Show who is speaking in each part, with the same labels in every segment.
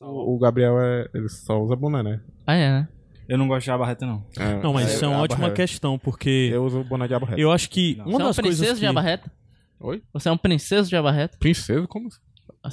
Speaker 1: O, o Gabriel, é, ele só usa boné, né?
Speaker 2: Ah, é, né?
Speaker 3: Eu não gosto de abarreta, não.
Speaker 1: É,
Speaker 4: Não, mas
Speaker 1: é,
Speaker 4: isso é uma
Speaker 1: a
Speaker 4: ótima
Speaker 1: barreta.
Speaker 4: questão, porque eu,
Speaker 1: Eu uso boné de abarreta.
Speaker 4: acho que uma
Speaker 2: Você é um
Speaker 4: das
Speaker 2: princesa
Speaker 4: coisas
Speaker 2: de
Speaker 4: que...
Speaker 2: Abarreta?
Speaker 1: Oi?
Speaker 2: Você é um princesa de Abarreta?
Speaker 1: Princesa? Como? assim?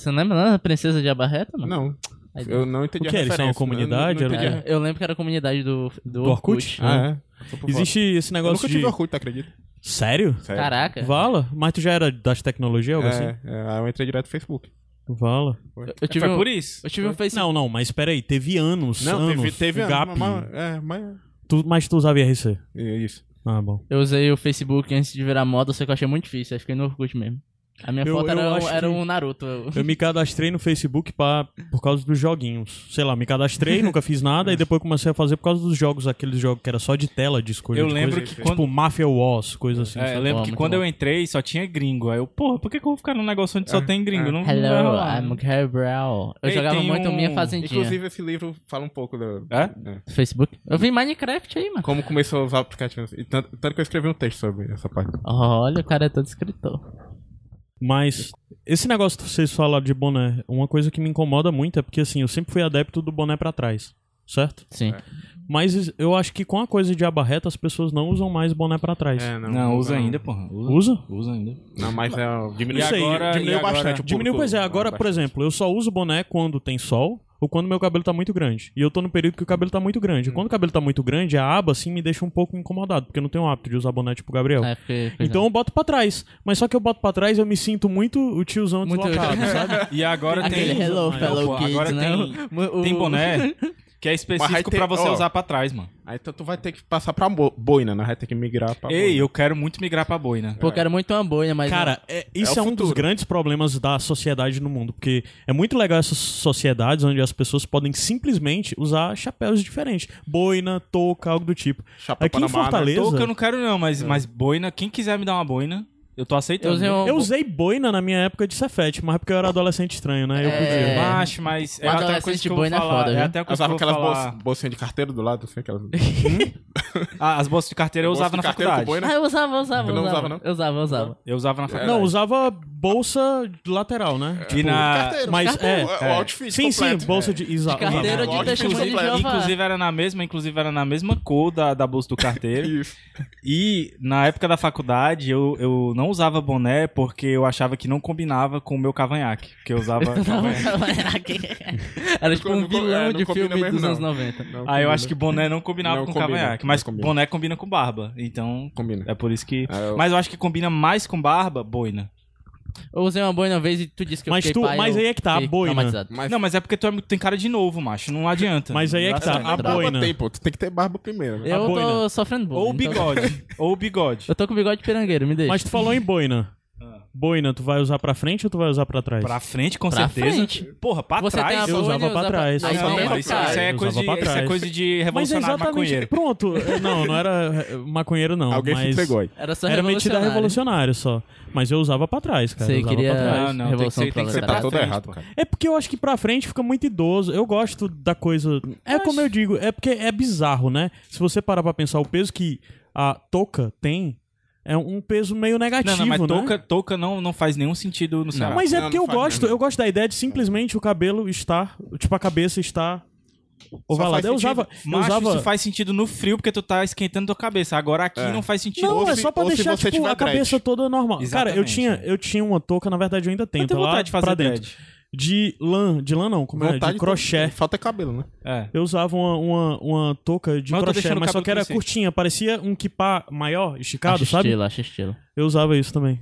Speaker 2: Você não lembra nada da princesa de Abarreta, mano?
Speaker 1: Não.
Speaker 2: Aí-
Speaker 1: Eu não entendi
Speaker 4: O que
Speaker 1: a
Speaker 4: é, eles são
Speaker 1: referência. Eu
Speaker 4: uma
Speaker 1: não-
Speaker 4: comunidade?
Speaker 1: não
Speaker 4: Era-
Speaker 1: entendi a-
Speaker 2: É, eu lembro que era a comunidade do, do,
Speaker 4: Do Orkut?
Speaker 1: né? Ah, é? Só por
Speaker 4: Existe esse
Speaker 1: fora. Eu nunca
Speaker 4: negócio
Speaker 1: tive
Speaker 4: de...
Speaker 1: Orkut, tá acredita?
Speaker 4: Sério?
Speaker 1: Sério.
Speaker 2: Caraca.
Speaker 4: Vala? Mas tu já era das tecnologias, algo assim?
Speaker 1: É, é, aí eu entrei direto no Facebook.
Speaker 4: Vala.
Speaker 2: Eu- Eu tive,
Speaker 3: Foi
Speaker 2: um,
Speaker 3: por isso.
Speaker 2: eu tive um Facebook.
Speaker 4: Não, não, mas peraí, teve anos, anos,
Speaker 1: anos,
Speaker 4: gap.
Speaker 1: mas- É, mas...
Speaker 4: Tu- mas tu usava IRC.
Speaker 1: é Isso.
Speaker 4: Ah, bom.
Speaker 2: Eu usei o Facebook antes de virar moda, só que eu achei muito difícil. Aí fiquei no Orkut mesmo. A minha
Speaker 4: Eu-
Speaker 2: foto era,
Speaker 4: eu
Speaker 2: um-
Speaker 4: acho
Speaker 2: era
Speaker 4: que-
Speaker 2: um Naruto. Eu-
Speaker 4: Eu me cadastrei no Facebook pra, por causa dos joguinhos. Sei lá, me cadastrei, nunca fiz
Speaker 1: É.
Speaker 4: nada, e depois comecei a fazer por causa dos jogos, aqueles jogos que era só de tela, de escolha.
Speaker 3: Eu
Speaker 4: de
Speaker 3: lembro
Speaker 4: coisa.
Speaker 3: que
Speaker 4: Tipo
Speaker 3: quando-
Speaker 4: Mafia Wars, coisa assim.
Speaker 3: É, eu
Speaker 4: sabe?
Speaker 3: lembro
Speaker 2: Bom,
Speaker 3: que
Speaker 2: muito
Speaker 3: quando
Speaker 2: bom.
Speaker 3: eu entrei só tinha gringo. Aí eu, porra, por que, que eu vou ficar num negócio onde só tem gringo? Não, não vai
Speaker 2: Hello,
Speaker 3: rolar.
Speaker 2: I'm Gabriel. Eu
Speaker 3: Ei,
Speaker 2: jogava
Speaker 3: tem
Speaker 2: muito
Speaker 3: um-
Speaker 2: Minha Fazendinha.
Speaker 1: Inclusive, esse livro fala um pouco do...
Speaker 3: É?
Speaker 2: Facebook. Eu vi Minecraft aí, mano.
Speaker 1: Como começou a usar aplicativos. E tanto, tanto que eu escrevi um texto sobre essa parte.
Speaker 2: Olha, o cara é todo escritor.
Speaker 4: Mas esse negócio que vocês falaram de boné, uma coisa que me incomoda muito é porque assim, eu sempre fui adepto do boné pra trás, certo?
Speaker 2: Sim.
Speaker 4: Mas eu acho que com a coisa de abarreta as pessoas não usam mais boné pra trás.
Speaker 1: É,
Speaker 3: É, Não, usa ainda, porra.
Speaker 4: Usa?
Speaker 3: Usa ainda.
Speaker 1: Não, mas é,
Speaker 4: Não
Speaker 1: diminuiu. um
Speaker 4: sei,
Speaker 3: agora-
Speaker 4: diminuiu
Speaker 3: e agora-
Speaker 4: bastante.
Speaker 1: o
Speaker 4: Diminuiu,
Speaker 1: público-
Speaker 4: pois é. Agora, por exemplo, eu só uso boné quando tem sol ou quando meu cabelo tá muito grande. E eu tô no período que o cabelo tá muito grande. Quando o cabelo tá muito grande, a aba assim me deixa um pouco incomodado, porque eu não tenho o hábito de usar boné tipo o Gabriel.
Speaker 2: É, porque, pois é.
Speaker 4: Então eu boto pra trás. Mas só que eu boto pra trás, eu me sinto muito o tiozão
Speaker 2: Muito- É,
Speaker 4: deslocado, sabe?
Speaker 3: E agora
Speaker 2: Aquele
Speaker 3: tem.
Speaker 2: Hello,
Speaker 4: Não,
Speaker 2: Fellow
Speaker 3: pô,
Speaker 2: Kids,
Speaker 3: agora
Speaker 2: né?
Speaker 3: tem-
Speaker 2: O-
Speaker 3: Tem
Speaker 2: o-
Speaker 3: boné que é
Speaker 1: Mas aí
Speaker 3: específico
Speaker 1: tem-
Speaker 3: pra você
Speaker 1: ó.
Speaker 3: usar pra trás, mano.
Speaker 1: Aí tu, tu vai ter que passar pra bo- boina, né? Vai ter que migrar pra boina.
Speaker 3: Ei, eu quero muito migrar pra boina.
Speaker 2: Pô, eu quero muito uma boina, mas...
Speaker 4: Cara, é- isso é,
Speaker 1: é o
Speaker 4: um dos
Speaker 1: futuro.
Speaker 4: grandes problemas da sociedade no mundo, porque é muito legal essas sociedades onde as pessoas podem simplesmente usar chapéus diferentes. Boina, touca, algo do tipo.
Speaker 1: Chapéu
Speaker 4: Aqui em
Speaker 1: Panamá, né?
Speaker 4: Fortaleza,
Speaker 3: Touca eu não quero, não, mas, mas boina, quem quiser me dar uma boina, eu tô
Speaker 2: eu
Speaker 3: aceitando.
Speaker 2: usei um...
Speaker 4: eu usei boina na minha época de Cefete, mas é porque eu era adolescente estranho, né? Eu
Speaker 2: É.
Speaker 4: podia.
Speaker 3: É. Macho, mas.
Speaker 2: Mas
Speaker 3: É até uma
Speaker 2: adolescente
Speaker 3: coisa que eu vou
Speaker 2: boina é
Speaker 3: falar.
Speaker 2: foda,
Speaker 3: é
Speaker 2: viu?
Speaker 3: até uma
Speaker 1: Eu
Speaker 3: coisa que
Speaker 1: usava
Speaker 3: eu vou
Speaker 1: aquelas
Speaker 3: falar.
Speaker 1: bolsas- bolsinhas de carteiro do lado, assim, aquelas...
Speaker 3: Ah, as bolsas de carteira eu
Speaker 1: Bolsa
Speaker 3: usava
Speaker 1: de
Speaker 3: na
Speaker 1: carteira né? com
Speaker 3: faculdade.
Speaker 1: boina.
Speaker 2: Ah, eu usava, eu usava.
Speaker 1: Eu não
Speaker 2: usava,
Speaker 1: usava, não?
Speaker 2: Eu usava, eu usava.
Speaker 3: Eu usava na faculdade.
Speaker 4: Não, usava bolsa lateral,
Speaker 1: É.
Speaker 4: né?
Speaker 3: E na.
Speaker 1: Carteiro,
Speaker 4: mas é,
Speaker 1: o,
Speaker 3: é.
Speaker 1: o outfit
Speaker 4: Sim,
Speaker 1: completo.
Speaker 4: sim, bolsa de. exa-
Speaker 2: É. De carteira
Speaker 4: usava.
Speaker 2: de né?
Speaker 1: Lógico,
Speaker 2: testemunha de
Speaker 1: inclusive,
Speaker 2: Jeová.
Speaker 3: Inclusive era na mesma, inclusive era na mesma cor da, da bolsa do carteiro.
Speaker 1: Isso.
Speaker 3: e na época da faculdade eu, eu não usava boné porque eu achava que não combinava com o meu cavanhaque. Porque eu usava cavanhaque.
Speaker 2: Era tipo
Speaker 1: Não
Speaker 2: um
Speaker 1: combina-
Speaker 2: vilão
Speaker 1: é,
Speaker 2: de
Speaker 1: não combina
Speaker 2: filme
Speaker 1: mesmo,
Speaker 2: dos
Speaker 1: não.
Speaker 2: anos 90.
Speaker 1: Não,
Speaker 3: Ah, eu
Speaker 1: combina.
Speaker 3: acho que boné não combinava
Speaker 1: Não
Speaker 3: com
Speaker 1: combina,
Speaker 3: cavanhaque.
Speaker 1: não
Speaker 3: Mas
Speaker 1: combina.
Speaker 3: boné combina com barba. Então
Speaker 1: Combina.
Speaker 3: é por isso que.
Speaker 1: Ah, eu-
Speaker 3: Mas eu acho que combina mais com barba, né? boina.
Speaker 2: Eu usei uma boina uma vez e tu disse que eu
Speaker 4: Mas
Speaker 2: fiquei
Speaker 4: tu-
Speaker 2: pai,
Speaker 4: mas
Speaker 2: eu
Speaker 4: aí é que tá, a
Speaker 2: fiquei
Speaker 4: boina.
Speaker 2: traumatizado.
Speaker 1: Mas,
Speaker 3: Não, mas é porque tu é muito- tem cara de novo, macho. Não adianta.
Speaker 4: Mas aí é que tá,
Speaker 2: Exatamente.
Speaker 4: a
Speaker 1: barba
Speaker 4: boina.
Speaker 1: tem, pô. Tu tem que ter barba primeiro, né?
Speaker 2: Eu tô
Speaker 4: boina.
Speaker 2: sofrendo bullying.
Speaker 3: Ou
Speaker 2: então-
Speaker 3: bigode. ou bigode.
Speaker 2: Eu tô com bigode pirangueiro, me deixa.
Speaker 4: Mas tu falou em boina. Boina, tu vai usar pra frente ou tu vai usar pra trás?
Speaker 3: Pra frente, com
Speaker 2: Pra
Speaker 3: certeza.
Speaker 2: frente.
Speaker 3: Porra, pra
Speaker 2: Você
Speaker 3: trás.
Speaker 2: tem a
Speaker 4: eu
Speaker 2: boina,
Speaker 4: usava pra trás.
Speaker 2: Aí
Speaker 4: Eu
Speaker 3: Não,
Speaker 4: usava
Speaker 2: tem
Speaker 4: pra
Speaker 3: mas
Speaker 2: a
Speaker 3: isso,
Speaker 2: cara.
Speaker 3: isso é
Speaker 4: Eu
Speaker 3: coisa
Speaker 4: usava
Speaker 3: de,
Speaker 4: pra
Speaker 3: isso é
Speaker 4: trás.
Speaker 3: coisa de
Speaker 4: Mas é
Speaker 3: revolucionário
Speaker 4: exatamente.
Speaker 3: maconheiro.
Speaker 4: Pronto, eh, não, não era eh, maconheiro, não.
Speaker 1: Alguém se
Speaker 4: mas
Speaker 1: entregou aí.
Speaker 2: Era só
Speaker 4: Era metido a
Speaker 2: revolucionário.
Speaker 4: revolucionário só. Mas eu usava pra trás, cara.
Speaker 2: Você
Speaker 4: eu usava
Speaker 2: queria-
Speaker 4: pra trás.
Speaker 3: Ah, não,
Speaker 2: Revolução
Speaker 3: tem que ser, tem que ser
Speaker 1: Tá
Speaker 2: Proletária.
Speaker 3: pra
Speaker 1: todo
Speaker 3: frente,
Speaker 1: errado,
Speaker 3: pô.
Speaker 1: cara.
Speaker 4: É porque eu acho que pra frente fica muito idoso. Eu gosto da coisa. É como eu digo, é porque é bizarro, né? Se você parar pra pensar, o peso que a touca tem é um peso meio negativo,
Speaker 3: Não, não, mas
Speaker 4: né?
Speaker 3: touca, touca não, não faz nenhum sentido no cenário.
Speaker 4: Mas é
Speaker 1: Não,
Speaker 4: porque
Speaker 1: não
Speaker 4: eu
Speaker 1: faz
Speaker 4: gosto,
Speaker 1: mesmo.
Speaker 4: eu gosto da ideia de simplesmente o cabelo estar, tipo, a cabeça estar ovalada.
Speaker 1: faz
Speaker 4: Eu
Speaker 1: sentido.
Speaker 4: usava, eu
Speaker 3: Macho, isso
Speaker 4: usava
Speaker 3: faz sentido no frio porque tu tá esquentando tua cabeça. Agora aqui não faz sentido.
Speaker 4: Não,
Speaker 1: Ou
Speaker 4: é
Speaker 1: se-
Speaker 4: só pra
Speaker 1: ou se
Speaker 4: deixar,
Speaker 1: você
Speaker 4: tipo, a
Speaker 1: tiver dread.
Speaker 4: cabeça toda normal. Cara, eu
Speaker 3: Exatamente.
Speaker 4: tinha, eu tinha uma touca, na verdade eu ainda tenho,
Speaker 3: eu
Speaker 4: tá
Speaker 3: tenho
Speaker 4: lá
Speaker 3: vontade de fazer
Speaker 4: pra dentro.
Speaker 3: dread.
Speaker 4: De lã, de lã não, como é?
Speaker 1: Vontade
Speaker 4: De crochê.
Speaker 1: Falta é cabelo, né?
Speaker 3: É.
Speaker 4: Eu usava uma, uma, uma touca de
Speaker 3: Mas eu tô
Speaker 4: crochê,
Speaker 3: deixando o
Speaker 4: mas só
Speaker 3: cabelo
Speaker 4: que era
Speaker 3: crescer.
Speaker 4: curtinha, parecia um kipá maior, esticado,
Speaker 2: Acho
Speaker 4: sabe?
Speaker 2: estilo, acho estilo.
Speaker 4: Eu usava isso também.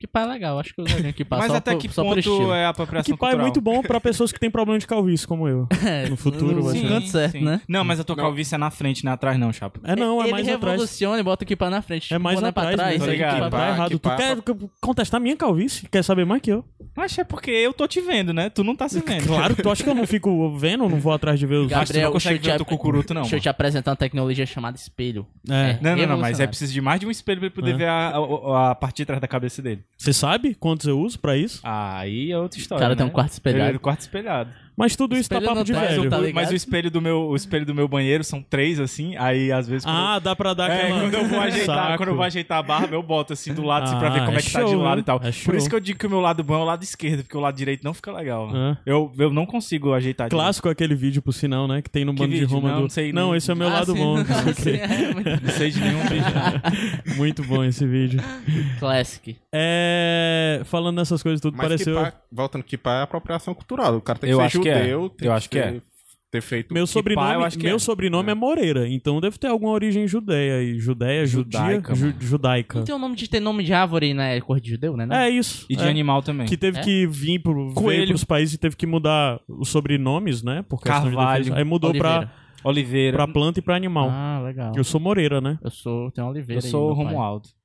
Speaker 2: Que pá legal, acho que eu usaria que pá
Speaker 3: Mas
Speaker 2: Tá, só
Speaker 3: até
Speaker 2: por-
Speaker 3: que
Speaker 2: só por estilo.
Speaker 3: ponto é a apropriação
Speaker 4: Kipá é
Speaker 3: cultural?
Speaker 4: muito bom pra pessoas que têm problema de calvície, como eu. no futuro,
Speaker 2: no
Speaker 4: vai ser.
Speaker 2: canto certo,
Speaker 3: sim.
Speaker 2: né?
Speaker 3: Não, mas a tua
Speaker 1: Não.
Speaker 3: calvície é na frente, não é atrás não, chapa.
Speaker 4: É não, é
Speaker 2: Ele
Speaker 4: mais atrás.
Speaker 2: revoluciona e bota o Kipá na frente.
Speaker 4: É
Speaker 2: Tipo,
Speaker 4: mais
Speaker 2: boné pra
Speaker 4: atrás,
Speaker 2: trás.
Speaker 4: mesmo,
Speaker 3: tá
Speaker 2: aí
Speaker 3: ligado?
Speaker 2: Kipá
Speaker 4: Kipá
Speaker 2: pra-
Speaker 4: é errado.
Speaker 1: Kipá-
Speaker 4: tu quer contestar minha calvície? Quer saber mais que eu?
Speaker 3: Mas é porque eu tô te vendo, né? Tu não tá se vendo.
Speaker 4: Claro, É, tu acha que eu não fico vendo, não vou atrás de ver os...
Speaker 3: Gato. Acho que tu
Speaker 2: Gabriel,
Speaker 3: não consegue
Speaker 2: deixa eu
Speaker 3: ver
Speaker 2: te
Speaker 3: o teu cucuruto, não,
Speaker 2: Deixa eu
Speaker 3: mano.
Speaker 2: te apresentar uma tecnologia chamada espelho.
Speaker 4: É.
Speaker 3: Não, não, não, mas é
Speaker 2: revolucionário.
Speaker 3: preciso de mais de um espelho pra ele poder
Speaker 4: É.
Speaker 3: ver a, a, a parte de trás da cabeça dele.
Speaker 4: Você sabe quantos eu uso pra isso?
Speaker 3: Aí é outra
Speaker 2: O
Speaker 3: história.
Speaker 2: cara tem
Speaker 3: né?
Speaker 2: um quarto
Speaker 3: Ele
Speaker 2: espelhado.
Speaker 3: era o quarto espelhado.
Speaker 4: Mas tudo isso tá
Speaker 2: Espelho
Speaker 4: papo
Speaker 2: não
Speaker 4: de
Speaker 2: traz um
Speaker 4: velho.
Speaker 2: Tá ligado?
Speaker 3: Mas o espelho do meu, o espelho do meu banheiro são três assim, aí às vezes quando-
Speaker 4: Ah, dá pra dar
Speaker 3: É,
Speaker 4: aquela...
Speaker 3: quando eu vou ajeitar,
Speaker 4: Saco.
Speaker 3: quando eu vou ajeitar a barba, eu boto assim do lado assim, pra
Speaker 4: Ah,
Speaker 3: ver como é,
Speaker 4: é
Speaker 3: que tá
Speaker 4: show,
Speaker 3: de lado
Speaker 4: né?
Speaker 3: e tal.
Speaker 4: É show.
Speaker 3: Por isso que eu digo que o meu lado bom é o lado esquerdo, porque o lado direito não fica legal. né?
Speaker 4: Ah.
Speaker 3: Eu, eu não consigo ajeitar direito.
Speaker 4: Clássico aquele vídeo, por sinal, né? Que tem no
Speaker 3: Que
Speaker 4: bando de
Speaker 3: vídeo?
Speaker 4: Roma
Speaker 3: Não,
Speaker 4: do...
Speaker 3: não sei nem.
Speaker 4: esse é o meu
Speaker 2: Ah,
Speaker 4: lado
Speaker 2: sim,
Speaker 4: bom.
Speaker 2: não,
Speaker 4: não sei o quê.
Speaker 2: sim, é muito-
Speaker 3: Não sei de nenhum bicho.
Speaker 4: Muito bom esse vídeo.
Speaker 2: Classic.
Speaker 4: É... Falando nessas coisas tudo,
Speaker 1: Mas
Speaker 4: pareceu...
Speaker 1: Kipá, voltando, Kipá é apropriação cultural. O cara tem que
Speaker 3: Eu
Speaker 1: ser
Speaker 3: acho que é.
Speaker 1: judeu, tem
Speaker 3: Eu acho que
Speaker 1: ser- ter feito...
Speaker 4: Meu sobrenome,
Speaker 3: eu acho que
Speaker 4: meu
Speaker 3: é.
Speaker 4: sobrenome é. Moreira, então deve ter alguma origem judeia aí. Judeia, judaica.
Speaker 3: Judaica,
Speaker 4: Ju,
Speaker 3: mano.
Speaker 4: judaica.
Speaker 2: Não tem o nome de ter nome de árvore na cor de judeu, Então, né? não?
Speaker 4: É isso.
Speaker 3: E de
Speaker 4: é.
Speaker 3: animal também.
Speaker 4: Que teve
Speaker 2: É?
Speaker 4: que vir pro, veio
Speaker 3: Coelho.
Speaker 4: pros países e teve que mudar os sobrenomes, né? Por questão de
Speaker 3: Carvalho,
Speaker 4: defesa. Aí mudou pra,
Speaker 2: Oliveira.
Speaker 3: Oliveira.
Speaker 4: pra planta e pra animal.
Speaker 2: Ah, legal.
Speaker 4: Eu sou Moreira, né? Ah,
Speaker 2: Eu sou. Tem Oliveira.
Speaker 3: Eu sou o
Speaker 2: aí, meu pai.
Speaker 3: Romualdo.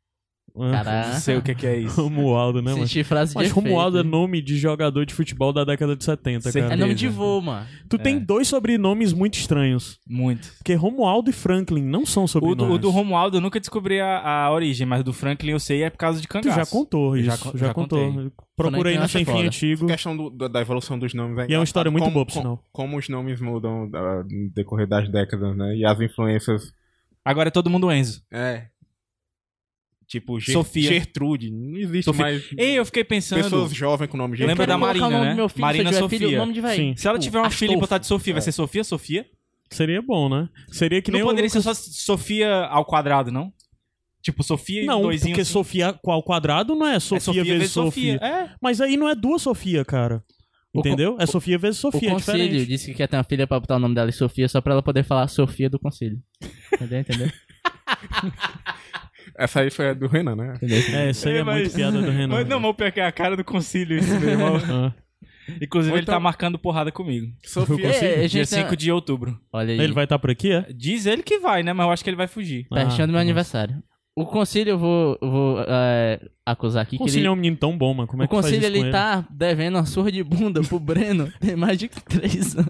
Speaker 2: Caraca.
Speaker 3: Não sei o que que é isso.
Speaker 4: Romualdo, né, mano?
Speaker 2: Senti frase de
Speaker 4: Mas Romualdo é
Speaker 2: efeito.
Speaker 4: nome de jogador de futebol da década de 70,
Speaker 3: Sei.
Speaker 4: cara.
Speaker 2: É nome de
Speaker 3: Beleza.
Speaker 2: vô, mano.
Speaker 4: Tu tem
Speaker 3: É.
Speaker 4: dois sobrenomes muito estranhos.
Speaker 3: Muito.
Speaker 4: Porque Romualdo e Franklin não são
Speaker 3: O
Speaker 4: sobrenomes.
Speaker 3: do, o do Romualdo é eu nunca descobri a, a origem, mas do Franklin eu sei é por causa de
Speaker 4: Tu
Speaker 3: cangaço.
Speaker 4: já contou isso.
Speaker 3: Já
Speaker 4: Já,
Speaker 3: con- já
Speaker 4: contou.
Speaker 3: contei.
Speaker 4: Procura aí
Speaker 2: Franklin
Speaker 4: no
Speaker 2: acha
Speaker 4: Sem Fim
Speaker 2: foda.
Speaker 4: Antigo.
Speaker 1: A questão do- da, da evolução dos nomes
Speaker 3: tá,
Speaker 4: E é uma história muito
Speaker 1: engraçado
Speaker 4: boa, por
Speaker 1: como,
Speaker 4: sinal.
Speaker 1: como, como os nomes mudam ah, no decorrer das décadas, né? E as influências...
Speaker 3: Agora é todo mundo Enzo.
Speaker 1: É... Tipo, Ger
Speaker 3: Sofia.
Speaker 1: Gertrude. Não existe
Speaker 3: Sofia.
Speaker 1: mais
Speaker 3: Ei, eu fiquei pensando.
Speaker 1: pessoas jovens com nome de
Speaker 3: Eu lembro
Speaker 1: Gertrude.
Speaker 3: da
Speaker 2: Quero colocar
Speaker 3: Marina,
Speaker 2: o nome
Speaker 3: né?
Speaker 2: do meu filho,
Speaker 3: Marina
Speaker 2: se eu tiver filho,
Speaker 3: Sofia.
Speaker 2: o nome de véi.
Speaker 4: Sim.
Speaker 3: Se ela
Speaker 2: Tipo,
Speaker 3: tiver uma filha e
Speaker 2: Astolfo.
Speaker 3: botar de Sofia, vai ser Sofia, Sofia?
Speaker 4: Seria bom, né? Seria que
Speaker 3: não
Speaker 4: nem o
Speaker 3: poderia
Speaker 4: Lucas-
Speaker 3: ser só Sofia ao quadrado, não? Tipo, Sofia e
Speaker 4: Não,
Speaker 3: doisinho.
Speaker 4: porque
Speaker 3: assim.
Speaker 4: Sofia qual quadrado não é Sofia,
Speaker 3: É
Speaker 4: vezes Sofia.
Speaker 3: É.
Speaker 4: Mas aí não é duas Sofia, cara.
Speaker 2: O con-
Speaker 4: Entendeu? É Sofia vezes
Speaker 2: O
Speaker 4: Sofia, é
Speaker 2: conselho
Speaker 4: diferente.
Speaker 2: disse que quer ter uma filha pra botar o nome dela em Sofia só pra ela poder falar Sofia do conselho. Entendeu? Entendeu?
Speaker 1: Essa aí foi a do Renan, né?
Speaker 4: É, isso aí é,
Speaker 3: É, mas-
Speaker 4: muito piada do Renan.
Speaker 3: Mas, não, mas o pior que é a cara do concílio, isso mesmo.
Speaker 4: Ah.
Speaker 3: Inclusive,
Speaker 1: Ou
Speaker 3: ele tá
Speaker 1: então-
Speaker 3: marcando porrada comigo.
Speaker 1: Sofia...
Speaker 2: É, a
Speaker 3: Dia
Speaker 2: gente tem-
Speaker 3: 5 de outubro.
Speaker 2: Olha aí.
Speaker 4: Ele vai estar por aqui, é?
Speaker 3: Diz ele que vai, né? Mas eu acho que ele vai fugir.
Speaker 2: Tá
Speaker 4: Ah,
Speaker 2: fechando meu
Speaker 4: nossa.
Speaker 2: aniversário. O conselho eu vou, eu vou é, acusar aqui
Speaker 4: O
Speaker 2: que
Speaker 4: Conselho
Speaker 2: ele...
Speaker 4: é um menino tão bom, mano. Como é
Speaker 2: o
Speaker 4: que faz
Speaker 2: conselho
Speaker 4: isso com
Speaker 2: ele
Speaker 4: ele?
Speaker 2: tá devendo uma surra de bunda pro Breno tem mais de três anos.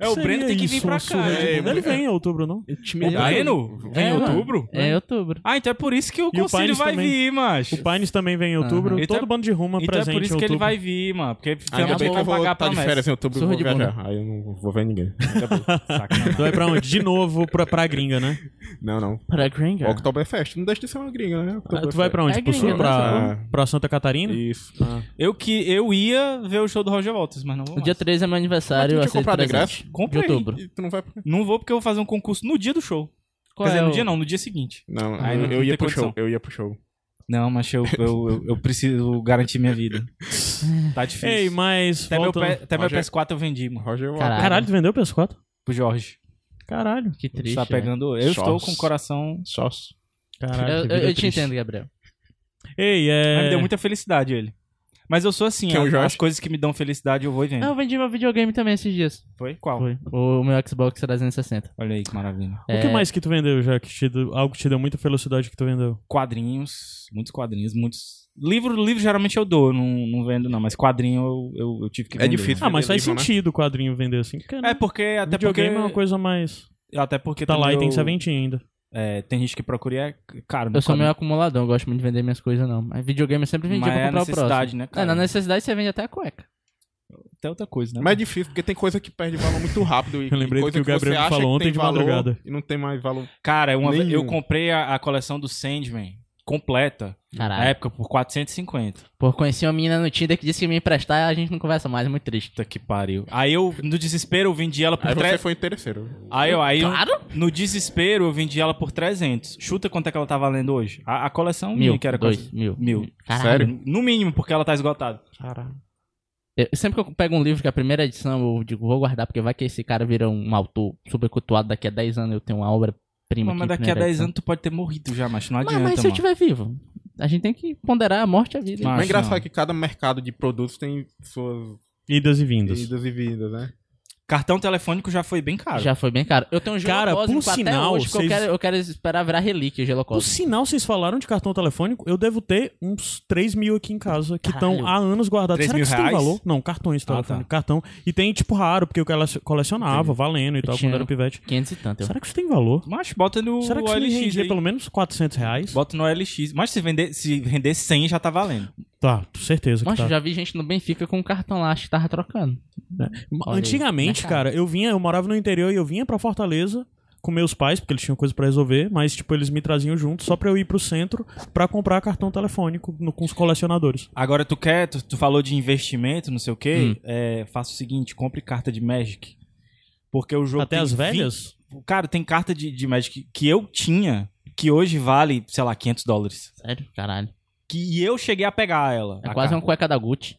Speaker 3: É, o
Speaker 4: Seria
Speaker 3: Breno tem que
Speaker 4: isso,
Speaker 3: vir
Speaker 4: uma
Speaker 3: pra cá. né?
Speaker 4: surra de
Speaker 1: é.
Speaker 4: bunda. Ele vem em outubro, não?
Speaker 3: O Breno? Vem
Speaker 2: É,
Speaker 3: em
Speaker 2: mano.
Speaker 3: outubro?
Speaker 2: É outubro.
Speaker 3: Ah, então é por isso que o
Speaker 4: E o
Speaker 3: concílio
Speaker 4: Paines
Speaker 3: vai
Speaker 4: também.
Speaker 3: vir, macho.
Speaker 4: O Pines também vem em outubro.
Speaker 3: Então
Speaker 4: Todo
Speaker 3: é-
Speaker 4: bando de rumo é
Speaker 3: Então é
Speaker 4: presente
Speaker 3: por isso
Speaker 4: em
Speaker 3: que ele
Speaker 4: outubro.
Speaker 3: vai vir, mano. Porque
Speaker 1: Ainda
Speaker 3: finalmente
Speaker 1: bem que
Speaker 3: vai
Speaker 1: eu vou
Speaker 3: pagar a
Speaker 1: estar de férias em
Speaker 3: promessa.
Speaker 1: outubro e
Speaker 2: Surra
Speaker 1: vou
Speaker 2: de
Speaker 1: viajar. Aí eu não vou ver ninguém. Ainda bem.
Speaker 3: Sacanagem.
Speaker 4: Tu vai pra onde? De novo pra, pra gringa, né?
Speaker 1: Não, não.
Speaker 2: Pra Gringa.
Speaker 1: Oktoberfest. Não deixa de ser uma gringa, né?
Speaker 4: Ah, tu vai pra onde?
Speaker 2: É
Speaker 4: Pro
Speaker 2: gringa,
Speaker 4: sul?
Speaker 2: né?
Speaker 4: Pra,
Speaker 1: Ah.
Speaker 4: pra Santa Catarina?
Speaker 1: Isso.
Speaker 3: Eu que eu ia ver o show do Roger Walters, mas não vou.
Speaker 2: O
Speaker 3: mais.
Speaker 2: dia 3 é meu aniversário.
Speaker 1: Mas tu tinha
Speaker 2: Eu aceito
Speaker 1: comprado
Speaker 2: presente.
Speaker 1: ingresso?
Speaker 2: De
Speaker 3: Comprei.
Speaker 2: outubro.
Speaker 1: E tu não vai.
Speaker 3: Não vou porque eu vou fazer um concurso no dia do show.
Speaker 2: Qual
Speaker 3: Quer
Speaker 2: é
Speaker 3: dizer, no
Speaker 2: o-
Speaker 3: dia não, no dia seguinte.
Speaker 1: Não, eu,
Speaker 3: Aí não
Speaker 1: eu
Speaker 3: tem
Speaker 1: ia pro
Speaker 3: condição.
Speaker 1: show. Eu ia pro show.
Speaker 3: Não, mas eu, eu, eu, eu preciso garantir minha vida. Tá difícil.
Speaker 4: Ei, mas.
Speaker 3: até meu,
Speaker 4: volta...
Speaker 3: P- até meu
Speaker 1: Roger-
Speaker 3: PS4 eu vendi, mano.
Speaker 1: Roger Waters.
Speaker 2: Caralho.
Speaker 4: Caralho, tu vendeu o PS4?
Speaker 3: Pro Jorge.
Speaker 4: Caralho.
Speaker 2: Que triste.
Speaker 3: tá
Speaker 2: né?
Speaker 3: pegando. Eu
Speaker 1: Sócio.
Speaker 3: estou com o coração.
Speaker 1: é Sócio.
Speaker 4: Caralho.
Speaker 2: Eu,
Speaker 4: que
Speaker 2: eu-
Speaker 4: vida
Speaker 2: eu te
Speaker 4: triste.
Speaker 2: entendo, Gabriel.
Speaker 3: Mas
Speaker 4: Ei, é.
Speaker 3: Ah, me deu muita felicidade ele. Mas eu sou assim,
Speaker 1: Quem é o
Speaker 3: as,
Speaker 1: Jorge?
Speaker 3: as coisas que me dão felicidade eu vou e vendo.
Speaker 2: Ah, eu vendi meu videogame também esses dias.
Speaker 3: Foi? Qual?
Speaker 2: Foi. O meu Xbox 360.
Speaker 3: Olha aí que maravilha.
Speaker 4: O que mais que tu vendeu já? Que te deu- Algo que te deu muita velocidade que tu vendeu?
Speaker 3: Quadrinhos, muitos quadrinhos, muitos. Livro, livro geralmente eu dou, eu não, não vendo não, mas quadrinho eu, eu, eu tive que
Speaker 1: É
Speaker 3: vender.
Speaker 1: difícil.
Speaker 4: Ah, mas faz
Speaker 1: livro, né?
Speaker 4: sentido o quadrinho vender assim. Porque, né?
Speaker 3: É porque até porque
Speaker 4: videogame é uma coisa mais.
Speaker 3: até porque
Speaker 4: Tá lá
Speaker 3: também
Speaker 4: e tem
Speaker 3: eu-
Speaker 4: serventinha ainda.
Speaker 3: É, tem gente que procura e é caro.
Speaker 2: Eu sou
Speaker 3: meu
Speaker 2: meio acumulador, eu gosto muito de vender minhas coisas, não. Mas videogame eu sempre vendia
Speaker 3: Mas
Speaker 2: pra
Speaker 3: é a
Speaker 2: comprar o próximo.
Speaker 3: necessidade, né,
Speaker 2: É,
Speaker 3: cara?
Speaker 2: na necessidade você vende até a cueca.
Speaker 3: Até outra coisa, né?
Speaker 1: Mas é difícil, porque tem coisa que perde valor muito rápido. E
Speaker 4: Eu lembrei do
Speaker 1: coisa
Speaker 4: que o Gabriel
Speaker 1: você acha
Speaker 4: falou
Speaker 1: que
Speaker 4: ontem
Speaker 1: tem
Speaker 4: de
Speaker 1: valor
Speaker 4: madrugada.
Speaker 1: E não tem mais valor.
Speaker 3: Cara, uma vez- eu
Speaker 1: Nenhum.
Speaker 3: comprei a, a coleção do Sandman completa,
Speaker 4: É,
Speaker 3: na
Speaker 2: Caralho.
Speaker 3: época, por 450.
Speaker 2: Pô, conheci uma menina no Tinder que disse que ia me emprestar a gente não conversa mais, é muito triste.
Speaker 3: Puta que pariu. Aí eu, no desespero, eu vendi ela por
Speaker 1: Aí você
Speaker 3: 300.
Speaker 1: foi interesseiro.
Speaker 3: Aí, eu- aí eu-
Speaker 2: Claro!
Speaker 3: no desespero, eu vendi ela por 300. Chuta quanto é que ela tá valendo hoje? A, a coleção minha,
Speaker 2: Mil,
Speaker 3: que era
Speaker 2: dois,
Speaker 3: coisa-
Speaker 2: mil.
Speaker 3: Mil.
Speaker 2: Caralho.
Speaker 1: Sério?
Speaker 3: No mínimo, porque ela tá esgotada.
Speaker 1: Caralho.
Speaker 2: Eu- sempre que eu pego um livro que é a primeira edição, eu digo, vou guardar, porque vai que esse cara vira um autor super cultuado, daqui a 10 anos eu tenho uma obra-prima.
Speaker 3: Mas,
Speaker 2: aqui em
Speaker 3: daqui a
Speaker 2: primeira
Speaker 3: 10
Speaker 2: edição.
Speaker 3: anos tu pode ter morrido já, macho. Não
Speaker 2: Mas,
Speaker 3: adianta,
Speaker 2: mas se eu
Speaker 3: mano.
Speaker 2: estiver vivo, a gente tem que ponderar a morte e a vida.
Speaker 3: Mas-
Speaker 1: Mas
Speaker 3: Acho
Speaker 1: engraçado
Speaker 3: não.
Speaker 1: é que cada mercado de produtos tem suas
Speaker 4: Idas e vindas.
Speaker 1: idas e vindas, né?
Speaker 3: Cartão telefônico já foi bem caro.
Speaker 2: Já foi bem caro. Eu tenho um
Speaker 4: Cara,
Speaker 2: gelocósmico
Speaker 4: por
Speaker 2: até
Speaker 4: sinal,
Speaker 2: hoje, que eu,
Speaker 4: vocês-
Speaker 2: quero, eu quero esperar virar relíquia, o
Speaker 4: Por
Speaker 2: gelocósmico.
Speaker 4: sinal, vocês falaram de cartão telefônico. Eu devo ter uns 3 mil aqui em casa que estão
Speaker 2: Caralho. Ah,
Speaker 4: há anos guardados.
Speaker 3: 3
Speaker 4: Será que
Speaker 3: mil
Speaker 4: isso tem
Speaker 3: reais?
Speaker 4: valor? Não, cartões
Speaker 3: tá.
Speaker 4: telefônicos. Cartão. E tem tipo raro, porque eu cole- colecionava, valendo e tal,
Speaker 2: tinha.
Speaker 4: quando era pivete.
Speaker 2: 500 e tanto. eu-
Speaker 4: Será que isso tem valor?
Speaker 3: Macho, bota no
Speaker 4: Será que isso me
Speaker 3: OLX
Speaker 4: rendia
Speaker 3: aí.
Speaker 4: pelo menos 400 reais?
Speaker 3: Bota no OLX. Mas se vender, se render 100 já tá valendo.
Speaker 4: Tá, certeza que
Speaker 2: Mas
Speaker 4: tá.
Speaker 2: já vi gente no Benfica com um cartão lá, acho que tava trocando. Olha aí,
Speaker 4: Antigamente,
Speaker 2: mercado.
Speaker 4: cara, eu vinha, eu morava no interior e eu vinha pra Fortaleza com meus pais, porque eles tinham coisa pra resolver, mas tipo, eles me traziam junto só pra eu ir pro centro pra comprar cartão telefônico no- com os colecionadores.
Speaker 3: Agora, tu quer, tu, tu falou de investimento, não sei o quê.
Speaker 2: Hum.
Speaker 3: É, faça o seguinte, compre carta de Magic. Porque o jogo.
Speaker 4: Até
Speaker 3: tem
Speaker 4: as velhas?
Speaker 3: 20 Cara, tem carta de, de Magic que eu tinha, que hoje vale, sei lá, 500 dólares.
Speaker 2: Sério, caralho.
Speaker 3: Que, e eu cheguei a pegar ela.
Speaker 2: É
Speaker 3: a
Speaker 2: quase um- uma cueca
Speaker 3: carta.
Speaker 2: da Gucci.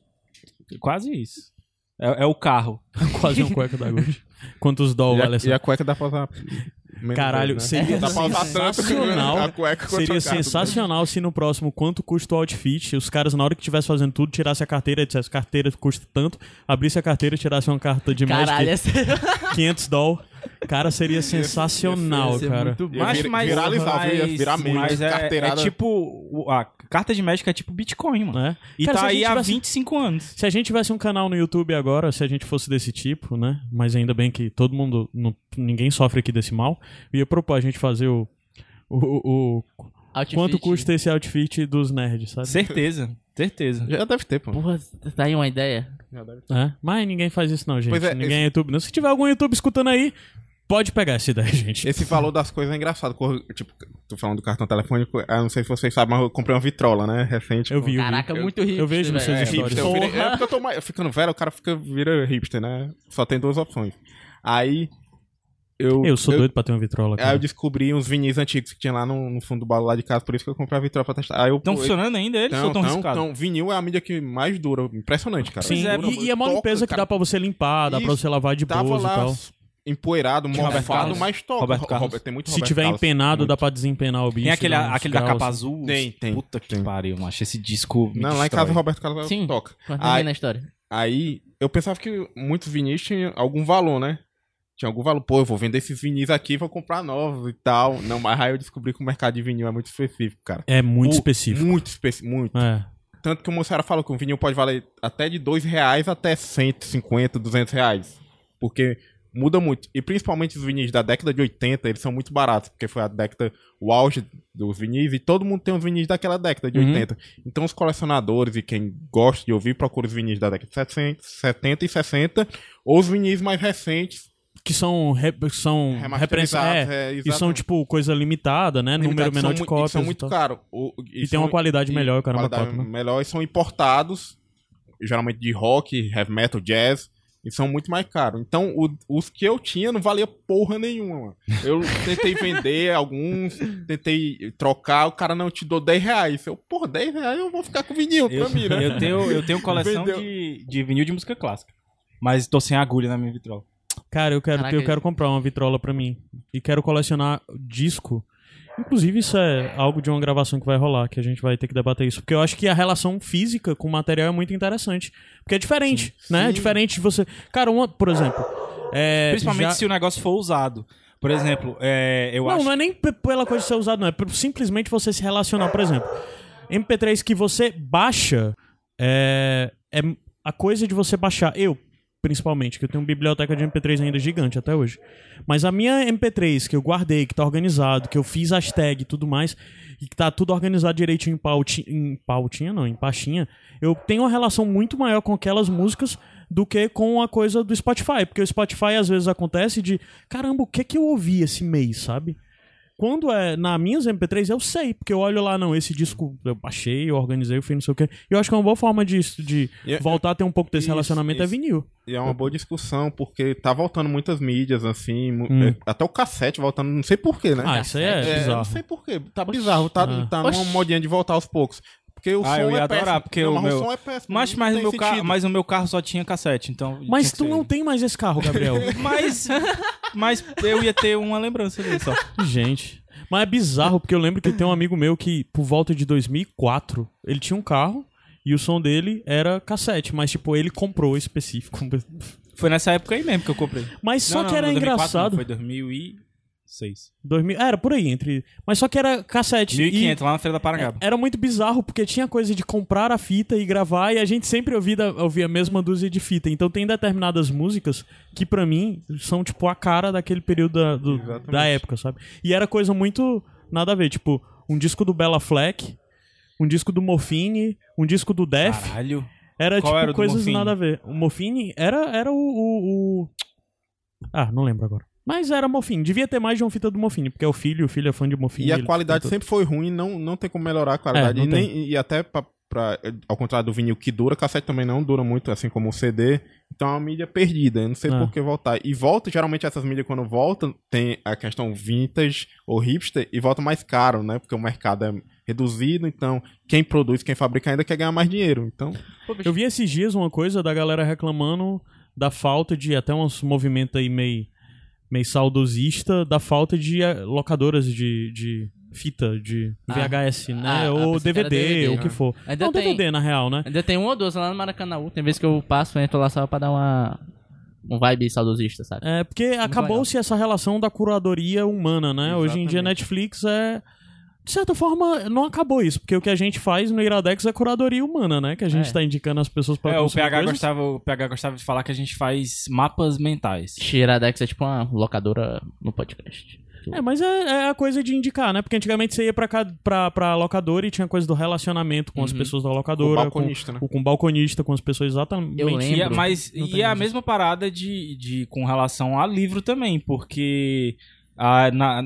Speaker 3: Quase isso. É, é o carro.
Speaker 4: Quase um cueca da Gucci. Quantos dó
Speaker 1: e, a,
Speaker 4: vale essa?
Speaker 1: e a cueca dá pra usar. menos
Speaker 4: Caralho,
Speaker 1: vezes, né?
Speaker 4: seria
Speaker 1: Dá pra usar tanto que
Speaker 4: sensacional.
Speaker 1: Tá a cueca quanto
Speaker 4: Seria
Speaker 1: a carta.
Speaker 4: sensacional se no próximo quanto custa o outfit, os caras na hora que estivesse fazendo tudo, tirasse a carteira, dissesse carteira custa tanto, abrisse a carteira e tirasse uma carta de
Speaker 2: Caralho,
Speaker 4: Magic
Speaker 2: essa...
Speaker 4: 500 doll. Cara, seria sensacional, cara.
Speaker 1: Ia vir- viralizar, viu? Ia virar meme,
Speaker 3: mas é, é
Speaker 1: carteirada.
Speaker 3: tipo. o- A carta de Magic é tipo Bitcoin, mano.
Speaker 4: Né?
Speaker 3: E
Speaker 4: Cara, se
Speaker 3: tá
Speaker 4: a
Speaker 3: aí
Speaker 4: gente
Speaker 3: há
Speaker 4: tivesse-
Speaker 3: 25 anos.
Speaker 4: Se a gente tivesse um canal no YouTube agora, se a gente fosse desse tipo, né? Mas ainda bem que todo mundo. não- ninguém sofre aqui desse mal. Eu ia propor a gente fazer o. o- o- o-
Speaker 2: Outfit.
Speaker 4: quanto custa esse outfit dos nerds, sabe?
Speaker 3: Certeza, certeza.
Speaker 1: Já deve ter, pô.
Speaker 2: Porra, tá aí uma ideia.
Speaker 1: Já deve ter.
Speaker 4: É? Mas ninguém faz isso, não, gente.
Speaker 1: Pois é,
Speaker 4: ninguém é YouTube, não. Se tiver algum YouTube escutando aí, pode pegar essa ideia, gente.
Speaker 1: Esse valor das coisas é engraçado. cor- Tipo, tô falando do cartão telefônico. ah, não sei se vocês sabem, mas eu comprei uma vitrola, né? Recente.
Speaker 4: Eu vi, eu vi.
Speaker 2: Caraca,
Speaker 1: eu-
Speaker 2: muito rico.
Speaker 4: eu vejo nos seus
Speaker 1: É,
Speaker 4: Essas
Speaker 1: hipster. Eu
Speaker 2: histórias.
Speaker 1: virei- é porque eu tô mais- ficando velho, o cara fica, vira hipster, né? Só tem duas opções. Aí. Eu,
Speaker 4: Eu sou doido pra ter uma vitrola,
Speaker 1: Aí eu
Speaker 4: cara.
Speaker 1: descobri uns vinis antigos que tinha lá no, no fundo do balão lá de casa, por isso que eu comprei a vitrola pra testar. Aí eu,
Speaker 3: Estão
Speaker 1: eu-
Speaker 3: funcionando ainda eles ou
Speaker 1: Não,
Speaker 3: tão
Speaker 1: não,
Speaker 3: riscados?
Speaker 1: não, vinil é a mídia que mais dura. Impressionante, cara.
Speaker 4: Sim,
Speaker 1: Dura,
Speaker 4: e, e é uma
Speaker 1: toca,
Speaker 4: limpeza que
Speaker 1: cara.
Speaker 4: dá pra você limpar, dá pra
Speaker 1: Isso.
Speaker 4: você lavar de
Speaker 1: Tava
Speaker 4: boas e
Speaker 1: lá
Speaker 4: tal.
Speaker 1: empoeirado,
Speaker 3: Tinha Roberto
Speaker 1: mofado,
Speaker 3: Carlos?
Speaker 1: mas toca.
Speaker 3: Roberto
Speaker 1: Ro-
Speaker 3: Carlos?
Speaker 1: Roberto- tem muito
Speaker 4: Se
Speaker 1: Roberto
Speaker 4: tiver
Speaker 1: Carlos.
Speaker 4: empenado,
Speaker 1: Muito.
Speaker 4: dá pra desempenar o bicho.
Speaker 3: Tem aquele,
Speaker 4: dá uns
Speaker 3: aquele da
Speaker 4: graus.
Speaker 3: capa azul?
Speaker 1: Tem, tem,
Speaker 3: Puta que
Speaker 1: tem.
Speaker 3: pariu, macho. Esse disco. me
Speaker 1: Não, lá em
Speaker 3: destrói.
Speaker 1: casa o Roberto Carlos
Speaker 2: Sim.
Speaker 1: toca.
Speaker 2: Mas
Speaker 1: Ai.
Speaker 2: ninguém na história.
Speaker 1: Aí eu pensava que muitos vinis tinham algum valor, né? Tinha algum valor. Pô, eu vou vender esses vinis aqui, vou comprar novos e tal. Não, mas aí eu descobri que o mercado de vinil é muito específico, cara.
Speaker 4: É muito
Speaker 1: O-
Speaker 4: específico.
Speaker 1: Muito específico, muito.
Speaker 4: É.
Speaker 1: Tanto que o moçada falou que um vinil pode valer até de 2 reais até 150, 200 reais. Porque muda muito. E principalmente os vinis da década de 80, eles são muito baratos, porque foi a década, o auge dos vinis, e todo mundo tem os vinis daquela década de
Speaker 4: Uhum.
Speaker 1: 80. Então os colecionadores e quem gosta de ouvir, procura os vinis da década de 60, 70 e 60, ou os vinis mais recentes,
Speaker 4: Que são, re, são representados.
Speaker 1: remasterizados. É,
Speaker 4: Hum, E são,
Speaker 1: exatamente.
Speaker 4: tipo, coisa limitada, né? Número
Speaker 1: Limitados,
Speaker 4: menor
Speaker 1: são
Speaker 4: de
Speaker 1: muito-
Speaker 4: cópias.
Speaker 1: São
Speaker 4: e
Speaker 1: muito
Speaker 4: tal.
Speaker 1: caros. O-
Speaker 4: E tem uma qualidade
Speaker 1: e
Speaker 4: melhor, o caramba,
Speaker 1: qualidade
Speaker 4: quatro, né?
Speaker 1: melhor e são importados, geralmente de rock, heavy metal, jazz, e são muito mais caros. Então, o- os que eu tinha não valia porra nenhuma. mano. Eu tentei vender alguns, tentei trocar, o cara não te dou 10 reais. Eu, porra, 10 reais eu vou ficar com vinil pra mim,
Speaker 3: Eu,
Speaker 1: né?
Speaker 3: eu tenho, eu tenho coleção
Speaker 1: Vendeu.
Speaker 3: de, de vinil de música clássica. Mas tô sem agulha na minha vitrola.
Speaker 4: Cara, eu quero, ter- eu
Speaker 2: Caraca.
Speaker 4: quero comprar uma vitrola pra mim. E quero colecionar disco. Inclusive, isso é algo de uma gravação que vai rolar, que a gente vai ter que debater isso. Porque eu acho que a relação física com o material é muito interessante. Porque é diferente, né? É
Speaker 1: Sim.
Speaker 4: diferente de você. Cara, uma, por exemplo. é,
Speaker 3: Principalmente
Speaker 4: já-
Speaker 3: se o negócio for usado. Por exemplo, é, eu
Speaker 4: não,
Speaker 3: acho.
Speaker 4: não é nem p- pela coisa de ser usado, não. É por simplesmente você se relacionar. Por exemplo, MP3 que você baixa é, é m- a coisa de você baixar. Eu, principalmente, que eu tenho uma biblioteca de MP3 ainda gigante até hoje. Mas a minha MP3 que eu guardei, que tá organizado, que eu fiz hashtag e tudo mais, e que tá tudo organizado direitinho em pautinha, em pautinha não, em pastinha, eu tenho uma relação muito maior com aquelas músicas do que com a coisa do Spotify, porque o Spotify às vezes acontece de, caramba, o que que eu ouvi esse mês, sabe? Quando é na minhas MP3, eu sei, porque eu olho lá, não, esse disco eu baixei, eu organizei, eu fiz não sei o quê. E eu acho que é uma boa forma de, de
Speaker 1: E é-
Speaker 4: voltar a ter um pouco desse
Speaker 1: Isso,
Speaker 4: relacionamento
Speaker 1: isso.
Speaker 4: é vinil.
Speaker 1: E é uma boa discussão, porque tá voltando muitas mídias, assim, mu-
Speaker 4: Hum.
Speaker 1: é, até o cassete voltando, não sei porquê, né?
Speaker 4: Ah, isso aí
Speaker 1: É,
Speaker 4: é,
Speaker 1: eu não
Speaker 4: bizarro.
Speaker 1: sei porquê. Tá bizarro, tá,
Speaker 4: Ah.
Speaker 1: tá numa
Speaker 2: Oxi.
Speaker 1: modinha de voltar aos poucos. Porque o
Speaker 3: Ah,
Speaker 1: som
Speaker 3: eu ia
Speaker 1: é
Speaker 3: adorar,
Speaker 1: péssimo.
Speaker 3: porque
Speaker 1: Não,
Speaker 3: o
Speaker 1: mas
Speaker 3: meu-
Speaker 1: som é péssimo.
Speaker 3: Mas,
Speaker 1: não
Speaker 3: mas, no
Speaker 1: tem
Speaker 3: meu carro,
Speaker 1: sentido.
Speaker 3: mas o meu carro só tinha cassete, então.
Speaker 4: Mas
Speaker 3: tinha que
Speaker 4: tu
Speaker 3: ser.
Speaker 4: não tem mais esse carro, Gabriel.
Speaker 3: Mas, mas eu ia ter uma lembrança dele só.
Speaker 4: Gente. Mas é bizarro, porque eu lembro que tem um amigo meu que, por volta de 2004, ele tinha um carro e o som dele era cassete, mas, tipo, ele comprou específico.
Speaker 3: Foi nessa época aí mesmo que eu comprei.
Speaker 4: Mas
Speaker 3: Não,
Speaker 4: só que
Speaker 3: não, 2004
Speaker 4: era
Speaker 3: não,
Speaker 4: engraçado.
Speaker 3: foi 2006.
Speaker 4: 2000, era por aí, entre. Mas só que era cassete.
Speaker 3: 1500, lá na Feira da Parangaba.
Speaker 4: Era muito bizarro, porque tinha coisa de comprar a fita e gravar, e a gente sempre ouvia, ouvia a mesma dúzia de fita. Então tem determinadas músicas que, pra mim, são, tipo, a cara daquele período da, do-
Speaker 1: Exatamente.
Speaker 4: da época, sabe? E era coisa muito nada a ver, tipo, um disco do Bella Fleck, um disco do Mofine, um disco do Def.
Speaker 3: Caralho.
Speaker 4: Era
Speaker 3: Qual
Speaker 4: tipo
Speaker 3: era o do
Speaker 4: coisas
Speaker 3: Mofine?
Speaker 4: nada a ver. O Mofine era, era o, o- o- Ah, não lembro agora. Mas era Mofine. Devia ter mais de uma fita do Mofine, porque é o filho, o filho é fã de Mofine.
Speaker 1: E a
Speaker 4: ele-
Speaker 1: qualidade
Speaker 4: tudo.
Speaker 1: sempre foi ruim, não, não tem como melhorar a qualidade.
Speaker 4: É, não
Speaker 1: e, nem- e até pra, pra- ao contrário do vinil que dura, cassete também não dura muito, assim como o CD. Então é uma mídia perdida, eu não sei
Speaker 4: É.
Speaker 1: por que voltar. E volta, geralmente essas mídias quando voltam, tem a questão vintage ou hipster e volta mais caro, né? Porque o mercado é reduzido, então quem produz, quem fabrica ainda quer ganhar mais dinheiro. Então,
Speaker 4: Eu vi esses dias uma coisa da galera reclamando da falta de até uns movimentos aí meio, meio saudosista, da falta de eh, locadoras de, de fita, de
Speaker 2: Ah,
Speaker 4: VHS, né?
Speaker 2: ah,
Speaker 4: ou
Speaker 2: pensei que era
Speaker 4: DVD,
Speaker 2: DVD,
Speaker 4: ou o
Speaker 2: né?
Speaker 4: que for.
Speaker 2: Ainda
Speaker 4: Não,
Speaker 2: tem-
Speaker 4: DVD, na real, né?
Speaker 2: Ainda tem um ou dois lá no Maracanã. Tem vezes que eu passo, entro lá só pra dar uma. Um vibe saudosista, sabe?
Speaker 4: É, porque acabou-se essa relação da curadoria humana, né? Hoje em dia,
Speaker 1: Exatamente.
Speaker 4: Netflix é. De certa forma, não acabou isso, porque o que a gente faz no Iradex é curadoria humana, né? Que a gente
Speaker 2: É.
Speaker 4: tá indicando as pessoas para
Speaker 3: É, o PH, gostava, o PH gostava de falar que a gente faz mapas mentais.
Speaker 2: Shiradex é tipo uma locadora no podcast.
Speaker 4: É, mas é, é a coisa de indicar, né? Porque antigamente você ia pra, ca- pra, pra locadora e tinha coisa do relacionamento com as
Speaker 2: Uhum.
Speaker 4: pessoas da
Speaker 1: o
Speaker 4: locadora, com,
Speaker 1: balconista, né?
Speaker 4: com o balconista, com as pessoas exatamente.
Speaker 2: Eu lembro.
Speaker 3: E é- mas
Speaker 4: Não tem
Speaker 3: e é a
Speaker 4: mais
Speaker 3: mesma parada de, de com relação a livro também, porque ah, na-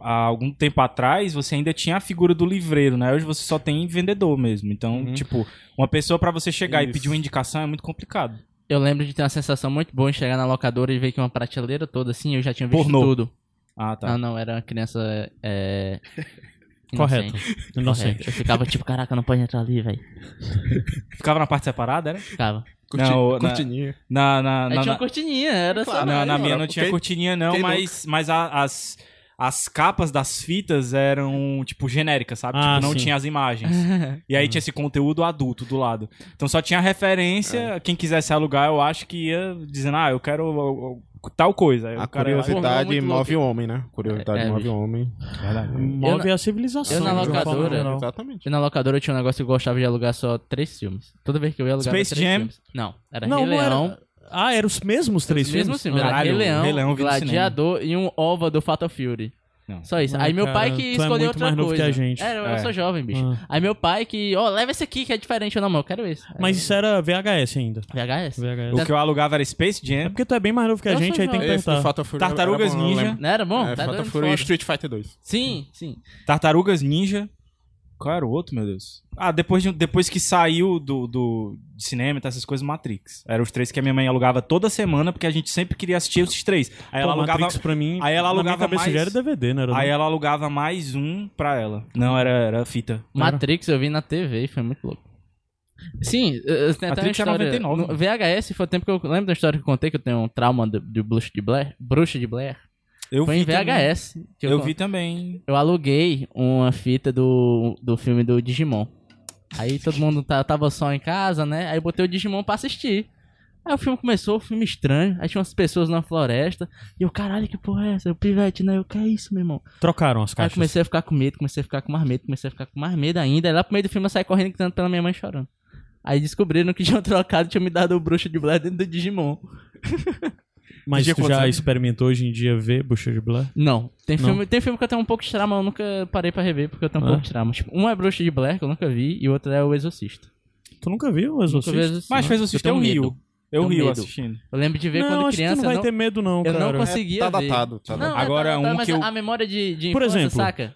Speaker 3: há algum tempo atrás você ainda tinha a figura do livreiro, né? Hoje você só tem vendedor mesmo. Então,
Speaker 1: Uhum.
Speaker 3: tipo, uma pessoa pra você chegar e
Speaker 1: Isso.
Speaker 3: pedir uma indicação é muito complicado.
Speaker 2: Eu lembro de ter uma sensação muito boa em chegar na locadora e ver que uma prateleira toda assim, eu já tinha visto
Speaker 3: Pornô.
Speaker 2: tudo.
Speaker 3: Ah,
Speaker 2: Não, não, era uma criança. É. inocente.
Speaker 4: Correto.
Speaker 2: Correto.
Speaker 4: Inocente.
Speaker 2: Eu ficava tipo, caraca, não pode entrar ali, velho.
Speaker 3: Ficava na parte separada, era?
Speaker 2: Ficava.
Speaker 1: Curti-
Speaker 3: Não, na-
Speaker 1: Cortininha.
Speaker 3: Na, na,
Speaker 2: Aí
Speaker 3: na-
Speaker 2: tinha
Speaker 3: na-
Speaker 2: uma cortininha, era
Speaker 1: Claro.
Speaker 2: só.
Speaker 3: na- na
Speaker 1: Caralho,
Speaker 3: minha
Speaker 1: mano,
Speaker 3: não tinha
Speaker 1: quem-
Speaker 3: cortininha, não,
Speaker 1: quem
Speaker 3: mas, mas a- as, as capas das fitas eram, tipo, genéricas, sabe?
Speaker 4: Ah,
Speaker 3: tipo, não
Speaker 4: sim.
Speaker 3: tinha as imagens. E aí tinha esse conteúdo adulto do lado. Então só tinha referência,
Speaker 1: É.
Speaker 3: quem quisesse alugar, eu acho que ia dizendo, ah, eu quero eu- eu- tal coisa. Aí
Speaker 1: A
Speaker 3: o cara ia lá e-
Speaker 2: Porra, é
Speaker 1: curiosidade
Speaker 2: muito
Speaker 1: move o homem, né? Curiosidade
Speaker 2: É, é,
Speaker 1: move
Speaker 2: bicho.
Speaker 1: o homem.
Speaker 4: Move é a civilização.
Speaker 2: eu na
Speaker 4: de uma forma
Speaker 2: locadora-
Speaker 4: geral.
Speaker 1: Exatamente.
Speaker 2: E na locadora eu tinha um negócio que eu gostava de alugar só três filmes. Toda vez que eu ia alugar
Speaker 3: Space
Speaker 2: três
Speaker 3: Jam?
Speaker 2: filmes. Não, era
Speaker 4: Não,
Speaker 2: Rei
Speaker 4: não era-
Speaker 2: Leão.
Speaker 4: Ah, eram os mesmos três
Speaker 2: Os mesmos
Speaker 4: filmes?
Speaker 2: filmes. Era
Speaker 3: Caralho,
Speaker 2: Rei Leão,
Speaker 3: Rei Leão eu vi no
Speaker 2: Gladiador e um Ova do Fatal Fury.
Speaker 3: Não.
Speaker 2: Só isso.
Speaker 4: Ah,
Speaker 2: Aí meu pai
Speaker 4: cara,
Speaker 2: que
Speaker 4: tu é
Speaker 2: escolheu
Speaker 4: muito
Speaker 2: outra
Speaker 4: mais novo
Speaker 2: coisa.
Speaker 4: que a gente.
Speaker 2: Era, eu
Speaker 3: É.
Speaker 2: sou jovem, bicho.
Speaker 4: Ah.
Speaker 2: Aí meu pai que, ó, leva esse aqui que é diferente. Eu não, mas eu quero esse. É.
Speaker 4: Mas isso é era VHS ainda.
Speaker 2: VHS?
Speaker 4: VHS.
Speaker 3: O que eu alugava era Space
Speaker 4: É
Speaker 3: Jam,
Speaker 4: porque tu é bem mais novo que a
Speaker 2: Eu
Speaker 4: gente,
Speaker 2: sou
Speaker 4: aí tem que
Speaker 1: Esse do
Speaker 4: perguntar.
Speaker 1: Fatal Fury era-
Speaker 3: Tartarugas
Speaker 1: era bom, eu
Speaker 3: Ninja.
Speaker 1: lembro.
Speaker 2: Não era bom?
Speaker 1: é,
Speaker 2: tá
Speaker 1: Fatal
Speaker 2: doido,
Speaker 1: Fury e
Speaker 2: foda.
Speaker 1: Street Fighter 2.
Speaker 2: Sim, sim.
Speaker 3: Tartarugas Ninja. Qual era o outro, meu Deus? Ah, depois, de- depois que saiu do, do de cinema e tá, essas coisas, Matrix. Eram os três que a minha mãe alugava toda semana, porque a gente sempre queria assistir esses três. Aí ela
Speaker 4: Pô,
Speaker 3: alugava.
Speaker 4: Matrix pra mim,
Speaker 3: aí ela
Speaker 4: na minha
Speaker 3: alugava
Speaker 4: cabeça
Speaker 3: mais-
Speaker 4: já era DVD, né? Era
Speaker 3: Aí ela alugava mais um pra ela. Não, era, era fita.
Speaker 2: Matrix eu vi na TV e foi muito louco. Sim, eu tenho até uma
Speaker 3: Matrix é
Speaker 2: história...
Speaker 3: 99,
Speaker 2: no VHS foi o tempo que eu lembro da história que eu contei, que eu tenho um trauma do- de, bruxa de Blair. Bruxa de Blair.
Speaker 3: Eu
Speaker 2: foi em
Speaker 3: também.
Speaker 2: VHS. que
Speaker 3: Eu
Speaker 2: con-
Speaker 3: vi também.
Speaker 2: Eu aluguei uma fita do, do filme do Digimon. Aí todo mundo tá- tava só em casa, né? Aí eu botei o Digimon pra assistir. Aí o filme começou, um filme estranho. Aí tinha umas pessoas na floresta. E eu, caralho, que porra é essa? O pivete, né? Eu, que é isso, meu irmão?
Speaker 4: Trocaram as
Speaker 2: Aí
Speaker 4: caixas.
Speaker 2: eu comecei a ficar com medo, comecei a ficar com mais medo, comecei a ficar com mais medo ainda. Aí lá pro meio do filme eu saí correndo gritando pela minha mãe chorando. Aí descobriram que tinham trocado, tinham me dado o bruxo de Blair dentro do Digimon. um
Speaker 4: Mas
Speaker 3: Dia
Speaker 4: tu já
Speaker 3: quantos anos?
Speaker 4: experimentou hoje em dia ver Bucha de Blair?
Speaker 2: Não. Tem
Speaker 4: Não.
Speaker 2: filme, tem filme que eu tenho um pouco de trauma, eu nunca parei pra rever porque eu tenho um
Speaker 4: É?
Speaker 2: pouco de trauma. Tipo, um é Bruxa de Blair, que eu nunca vi, e o outro é O Exorcista.
Speaker 4: Tu nunca viu o
Speaker 2: Nunca vi
Speaker 4: Exorcista?
Speaker 2: Exorcista.
Speaker 3: Mas fez o
Speaker 2: Eu
Speaker 3: sistema
Speaker 2: tenho um
Speaker 3: Rio.
Speaker 2: medo.
Speaker 3: Eu
Speaker 2: Tenho
Speaker 3: rio
Speaker 2: medo.
Speaker 3: assistindo.
Speaker 2: Eu lembro de ver
Speaker 4: não,
Speaker 2: quando
Speaker 4: acho
Speaker 2: criança.
Speaker 4: que tu não vai
Speaker 2: não-
Speaker 4: ter medo não,
Speaker 2: eu não
Speaker 4: cara.
Speaker 2: conseguia
Speaker 1: tá
Speaker 2: ver.
Speaker 1: datado, tá
Speaker 2: Não,
Speaker 1: datado.
Speaker 2: é
Speaker 3: Agora,
Speaker 2: datado,
Speaker 3: um
Speaker 2: mas
Speaker 3: que eu-
Speaker 2: a memória de, de
Speaker 4: Por
Speaker 2: infância,
Speaker 4: exemplo.
Speaker 2: saca?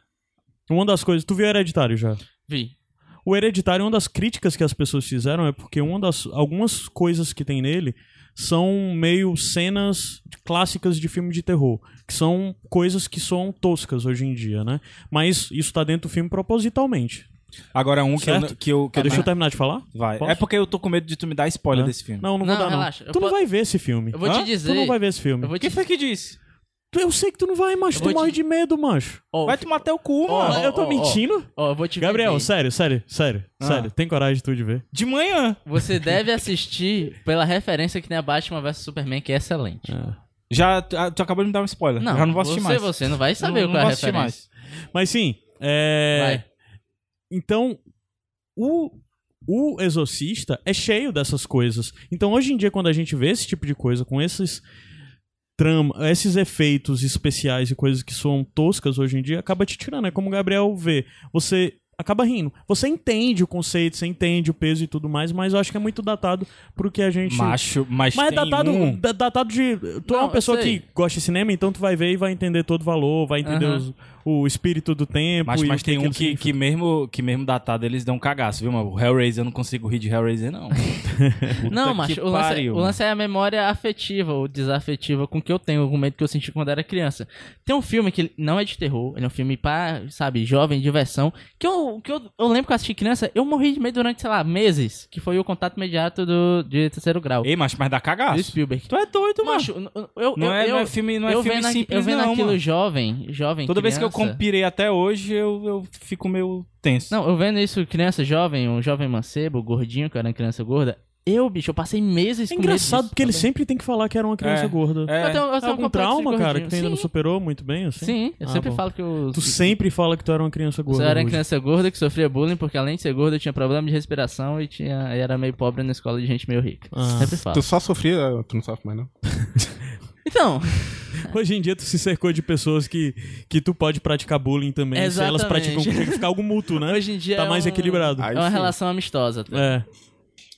Speaker 4: Uma das coisas... Tu viu Hereditário já?
Speaker 2: Vi.
Speaker 4: O Hereditário, uma das críticas que as pessoas fizeram é porque uma das... Algumas coisas que tem nele são meio cenas clássicas de filme de terror. Que são coisas que são toscas hoje em dia, né? Mas isso tá dentro do filme propositalmente.
Speaker 3: Agora um que eu,
Speaker 4: Certo?
Speaker 3: não- que eu,
Speaker 2: Então,
Speaker 3: que eu
Speaker 4: Deixa eu terminar de falar?
Speaker 3: Vai.
Speaker 4: Posso?
Speaker 3: É porque eu tô com medo de tu me dar spoiler
Speaker 4: Hã?
Speaker 3: desse filme.
Speaker 4: Não, não,
Speaker 2: Não,
Speaker 4: vou dar
Speaker 2: relaxa.
Speaker 4: não.
Speaker 2: Eu
Speaker 4: Tu não
Speaker 2: po-
Speaker 4: vai ver esse filme.
Speaker 2: Eu vou
Speaker 4: Hã?
Speaker 2: te dizer.
Speaker 4: Tu não vai ver esse filme.
Speaker 2: Eu vou te
Speaker 3: Quem foi que disse?
Speaker 4: Tu- Eu sei que tu não vai, macho.
Speaker 2: Eu
Speaker 4: Tu
Speaker 2: vou te-
Speaker 4: morre de medo, macho.
Speaker 2: Ó,
Speaker 3: Vai tomar até o cu,
Speaker 2: Ó,
Speaker 3: mano.
Speaker 4: eu tô
Speaker 2: ó, ó.
Speaker 4: mentindo?
Speaker 2: ó, eu vou te
Speaker 4: Gabriel,
Speaker 2: vender.
Speaker 4: sério, sério, sério,
Speaker 3: Ah.
Speaker 4: sério. Tem coragem tu de ver?
Speaker 3: De manhã.
Speaker 2: Você deve assistir pela referência que tem a Batman vs Superman, que é excelente.
Speaker 3: Já, tu ah, tu acabou de me dar um spoiler.
Speaker 2: Não,
Speaker 3: Já não vou assistir
Speaker 2: você,
Speaker 3: mais.
Speaker 2: você não vai saber
Speaker 3: Não-
Speaker 2: qual
Speaker 3: não vou
Speaker 2: é a
Speaker 3: assistir
Speaker 2: referência.
Speaker 4: Mas sim, é...
Speaker 2: Vai.
Speaker 4: Então, o, o Exorcista é cheio dessas coisas. Então, hoje em dia, quando a gente vê esse tipo de coisa, com esses trama, esses né? efeitos especiais e coisas que são toscas hoje em dia, acaba te tirando. É como o Gabriel vê. Você acaba rindo. Você entende o conceito, você entende o peso e tudo mais, mas eu acho que é muito datado pro que a gente.
Speaker 3: Macho, mas,
Speaker 4: Mas é
Speaker 3: tem
Speaker 4: datado,
Speaker 3: um...
Speaker 4: da- datado de. Tu é
Speaker 2: Não,
Speaker 4: uma
Speaker 2: eu
Speaker 4: pessoa
Speaker 2: sei.
Speaker 4: que gosta de cinema, então tu vai ver e vai entender todo o valor, vai entender
Speaker 2: Aham.
Speaker 4: os- o espírito do tempo.
Speaker 3: Mas,
Speaker 4: e
Speaker 3: mas
Speaker 4: o
Speaker 3: tem um
Speaker 4: ele
Speaker 3: que, que,
Speaker 4: significa.
Speaker 3: mesmo, que mesmo datado eles dão um cagaço, viu, mano? O Hellraiser, eu não consigo rir de Hellraiser, não. Puta
Speaker 2: Não,
Speaker 3: que
Speaker 2: mas o lance,
Speaker 3: pariu.
Speaker 2: o lance é a memória afetiva ou desafetiva com que eu tenho, o momento que eu senti quando era criança. Tem um filme que não é de terror, ele é um filme pra, sabe, jovem, diversão, que eu, que eu, eu lembro que eu assisti criança, eu morri de medo durante, sei lá, meses, que foi o contato imediato do, de terceiro grau.
Speaker 3: Ei, macho, mas dá
Speaker 2: Do
Speaker 3: cagaço.
Speaker 2: Spielberg.
Speaker 3: Tu é doido, macho.
Speaker 2: Macho, eu, Tipo, eu,
Speaker 3: Não,
Speaker 2: eu,
Speaker 3: é,
Speaker 2: eu,
Speaker 3: não é filme, não é
Speaker 2: eu
Speaker 3: filme
Speaker 2: vendo, aqui-
Speaker 3: simples,
Speaker 2: eu vendo
Speaker 3: não,
Speaker 2: aquilo
Speaker 3: mano.
Speaker 2: jovem, jovem,
Speaker 3: Toda vez que eu
Speaker 2: criança.
Speaker 3: compirei até hoje, eu, eu fico meio tenso.
Speaker 2: Não, eu vendo isso, criança jovem, um jovem mancebo, gordinho, que eu era uma criança gorda, eu, bicho, eu passei meses
Speaker 4: É
Speaker 2: com medo
Speaker 4: engraçado
Speaker 2: disso,
Speaker 4: porque ele
Speaker 2: também.
Speaker 4: sempre tem que falar que era uma criança
Speaker 3: É,
Speaker 4: gorda.
Speaker 3: É.
Speaker 2: Eu tenho, eu
Speaker 4: Tem
Speaker 2: tenho um
Speaker 4: algum
Speaker 2: complexo de
Speaker 4: trauma, cara, que
Speaker 2: gordinho.
Speaker 4: tu ainda não
Speaker 2: Sim,
Speaker 4: superou muito bem, assim?
Speaker 2: Sim, eu
Speaker 4: Ah,
Speaker 2: sempre
Speaker 4: bom.
Speaker 2: falo que eu.
Speaker 4: Tu sempre fala que tu era uma criança gorda.
Speaker 2: eu era
Speaker 4: hoje.
Speaker 2: criança gorda que sofria bullying porque além de ser gorda eu tinha problema de respiração e tinha e era meio pobre na escola de gente meio rica.
Speaker 4: Ah.
Speaker 2: Sempre falo.
Speaker 1: Tu só sofria, tu não sofre mais, não.
Speaker 2: É Então,
Speaker 4: Hoje em dia tu se cercou de pessoas que, que tu pode praticar bullying também. Se elas
Speaker 2: Exatamente.
Speaker 4: praticam contigo, fica algo mútuo, né?
Speaker 2: hoje em dia
Speaker 4: tá
Speaker 2: é
Speaker 4: mais
Speaker 2: um-
Speaker 4: equilibrado.
Speaker 1: Aí
Speaker 2: É uma
Speaker 1: sim.
Speaker 2: relação amistosa. tá?
Speaker 4: É.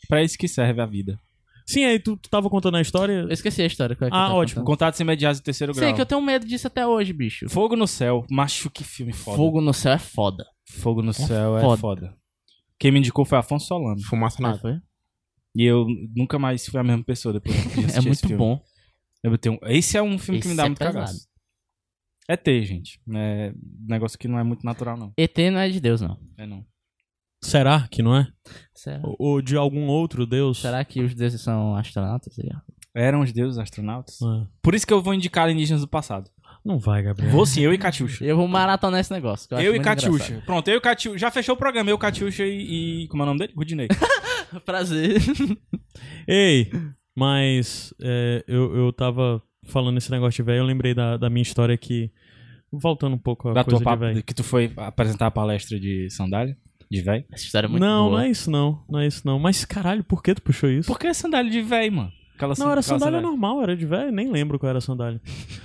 Speaker 3: Pra isso que serve a vida.
Speaker 4: Sim, aí tu, tu tava contando a história.
Speaker 2: Eu esqueci a história. qual é que
Speaker 4: Ah,
Speaker 2: eu tava
Speaker 4: ótimo. é
Speaker 2: contando.
Speaker 3: Contatos imediatos do terceiro
Speaker 2: Sei
Speaker 3: grau.
Speaker 2: que eu tenho medo disso até hoje, bicho.
Speaker 3: Fogo no céu. Macho, que filme foda.
Speaker 2: Fogo no céu é foda.
Speaker 3: Fogo no céu é
Speaker 2: foda.
Speaker 3: foda. Quem me indicou foi Afonso Solano.
Speaker 1: Fumaça na
Speaker 2: Ah, foi?
Speaker 3: E eu nunca mais fui a mesma pessoa depois de assistir
Speaker 2: É
Speaker 3: esse
Speaker 2: muito
Speaker 3: filme.
Speaker 2: bom.
Speaker 3: Eu tenho... Esse é um filme que me
Speaker 2: Esse
Speaker 3: dá
Speaker 2: é
Speaker 3: muito
Speaker 2: pesado.
Speaker 3: cagaço. É ter, gente. É um negócio que não é muito natural, não.
Speaker 2: ET não é de Deus, não.
Speaker 3: É não.
Speaker 4: Será que não é?
Speaker 2: Será,
Speaker 4: Ou, ou de algum outro deus?
Speaker 2: Será que os deuses são astronautas? Sei lá.
Speaker 3: Eram os deuses astronautas?
Speaker 2: Hum.
Speaker 4: Ah,
Speaker 3: Por isso que eu vou indicar alienígenas do passado.
Speaker 4: Não vai, Gabriel.
Speaker 3: Vou sim, eu e Catiuxa.
Speaker 2: Eu vou maratonar esse negócio. que
Speaker 3: Eu,
Speaker 2: acho
Speaker 3: e
Speaker 2: muito
Speaker 3: Catiuxa. Pronto, eu e Catiuxa. Já fechou o programa, eu, Catiuxa e, e- Como é o nome dele? Rudinei.
Speaker 2: engraçado. Prazer.
Speaker 4: Ei, mas é, eu, eu tava falando esse negócio de velho, eu lembrei da, da minha história que. Voltando um pouco à
Speaker 3: da tua
Speaker 4: coisa de
Speaker 3: papo,
Speaker 4: velho.
Speaker 3: que tu foi apresentar a palestra de sandália, de véi.
Speaker 2: Essa história é muito
Speaker 4: não,
Speaker 2: boa.
Speaker 4: não é isso não. Não é isso não. Mas caralho, por que tu puxou isso?
Speaker 3: Por que sandália de véi, mano? Aquela san-
Speaker 4: Não, era
Speaker 3: aquela
Speaker 4: sandália normal, era de velho, nem lembro qual era a sandália.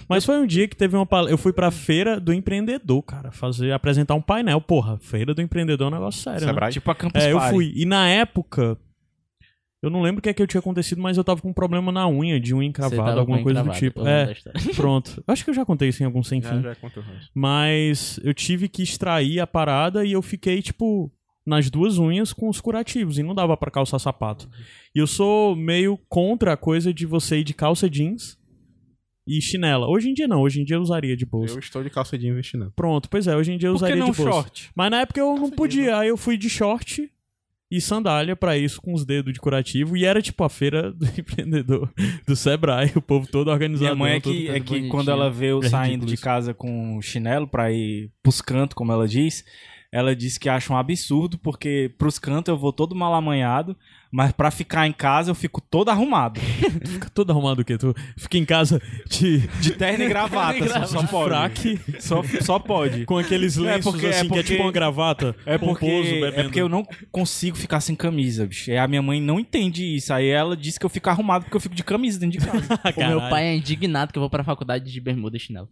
Speaker 4: Mas foi um dia que teve uma pal... Eu fui pra feira do empreendedor, cara, fazer apresentar um painel. Porra, feira do empreendedor é um negócio sério, né?
Speaker 1: Sebrae.
Speaker 3: Tipo a Campus
Speaker 4: É, eu
Speaker 3: Party.
Speaker 4: fui. E na época, eu não lembro o que é que eu tinha acontecido, mas eu tava com um problema na unha, de unha
Speaker 2: Você
Speaker 4: encravada,
Speaker 2: tava
Speaker 4: alguma
Speaker 2: com
Speaker 4: coisa do
Speaker 2: encravada, eu
Speaker 4: tipo.
Speaker 2: lembro da
Speaker 4: É,
Speaker 2: história.
Speaker 4: pronto. Acho que eu já contei isso em algum sem fim.
Speaker 1: Já, é já contou, Hans.
Speaker 4: Mas eu tive que extrair a parada e eu fiquei, tipo, nas duas unhas com os curativos e não dava pra calçar sapato. E eu sou meio contra a coisa de você ir de calça jeans e chinela. Hoje em dia não, hoje em dia eu usaria de bolsa.
Speaker 1: Eu estou de calça jeans vestindo.
Speaker 4: Pronto, pois é, hoje em dia eu
Speaker 3: Por que
Speaker 4: usaria
Speaker 3: não
Speaker 4: de bolsa.
Speaker 3: short?
Speaker 4: Mas na época eu não
Speaker 1: jeans,
Speaker 4: podia, aí eu fui de short e sandália pra isso com os dedos de curativo e era tipo a feira do empreendedor do Sebrae, o povo todo
Speaker 3: Minha
Speaker 4: organizado.
Speaker 3: mãe é
Speaker 4: todo
Speaker 3: que, é
Speaker 2: todo
Speaker 3: que
Speaker 2: bonitinho.
Speaker 3: quando ela vê eu
Speaker 4: É
Speaker 3: saindo
Speaker 4: ridículo
Speaker 3: de
Speaker 4: isso.
Speaker 3: casa com um chinelo pra ir pros cantos, como ela diz, ela diz que acha um absurdo, porque pros cantos eu vou todo mal amanhado, mas pra ficar em casa eu fico todo arrumado.
Speaker 4: fica todo arrumado o quê? Tu fica em casa de
Speaker 3: De terno e gravata, só, só
Speaker 4: de
Speaker 3: pode.
Speaker 4: fraque
Speaker 3: Só, só pode.
Speaker 4: com aqueles
Speaker 3: É
Speaker 4: lenços
Speaker 3: porque- é
Speaker 4: assim, que é
Speaker 3: porque-
Speaker 4: tipo uma gravata.
Speaker 3: É porque,
Speaker 4: pomposo, bebendo.
Speaker 3: é porque eu não consigo ficar sem camisa, bicho. E a minha mãe não entende isso. Aí ela diz que eu fico arrumado porque eu fico de camisa dentro de casa.
Speaker 4: Ah,
Speaker 2: O meu
Speaker 4: caralho.
Speaker 2: pai é indignado que eu vou pra faculdade de bermuda e chinelo.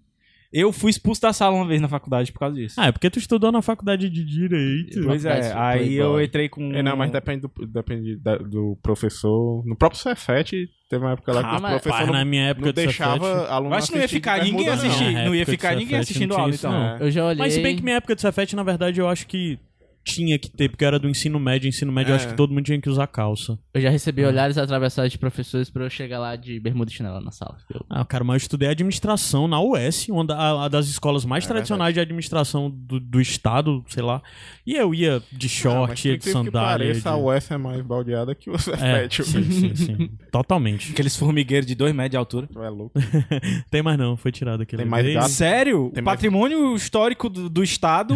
Speaker 3: eu fui expulso da sala uma vez na faculdade por causa disso.
Speaker 4: Ah, é porque tu estudou na faculdade de Direito.
Speaker 3: pois é,
Speaker 2: rapaz,
Speaker 3: aí
Speaker 2: playboy.
Speaker 3: eu entrei com.
Speaker 1: É, não, mas depende do, depende da- do professor. No próprio Cefet, teve uma época lá que
Speaker 2: Ah,
Speaker 1: o
Speaker 2: mas-
Speaker 1: professor
Speaker 4: Pai,
Speaker 1: não,
Speaker 4: na minha época
Speaker 1: não
Speaker 4: de Cefete-
Speaker 1: deixava aluno
Speaker 3: Eu acho que não ia
Speaker 1: assistir de
Speaker 3: ficar ninguém
Speaker 1: bermuda, não.
Speaker 3: assistindo.
Speaker 4: na
Speaker 3: Não ia
Speaker 4: época
Speaker 3: ficar
Speaker 4: de
Speaker 3: ninguém
Speaker 4: Cefete
Speaker 3: assistindo
Speaker 4: não tinha
Speaker 3: aula,
Speaker 4: isso, né?
Speaker 3: então.
Speaker 4: não.
Speaker 1: É.
Speaker 2: Eu já olhei.
Speaker 4: Mas se bem que minha época de Cefete, na verdade, eu acho que tinha que ter, porque era do ensino médio. Ensino médio, eu acho
Speaker 1: É.
Speaker 4: que todo mundo tinha que usar calça.
Speaker 2: Eu já
Speaker 4: É.
Speaker 2: recebi olhares atravessados de professores pra eu chegar lá de bermuda e chinelo na sala. Eu-
Speaker 4: Ah, cara, mas eu estudei administração na US, uma da- a- a das escolas mais
Speaker 1: É
Speaker 4: tradicionais de administração do, do estado, sei lá. E eu ia de
Speaker 3: Ah,
Speaker 1: Não,
Speaker 4: short,
Speaker 1: mas
Speaker 4: ia
Speaker 1: por
Speaker 4: de
Speaker 1: incrível que
Speaker 4: sandália.
Speaker 1: pareça,
Speaker 4: de-
Speaker 1: a UES é mais baldeada que o
Speaker 4: É,
Speaker 1: Cefet.
Speaker 4: sim, sim, sim. Totalmente.
Speaker 3: Aqueles formigueiros de dois metros de altura.
Speaker 1: Tu é louco.
Speaker 4: Tem mais não, foi tirado aquele.
Speaker 1: Tem mais
Speaker 4: Ei,
Speaker 1: gato?
Speaker 3: Sério?
Speaker 1: Tá. Tem
Speaker 3: o
Speaker 1: mais-
Speaker 3: patrimônio histórico do, do estado.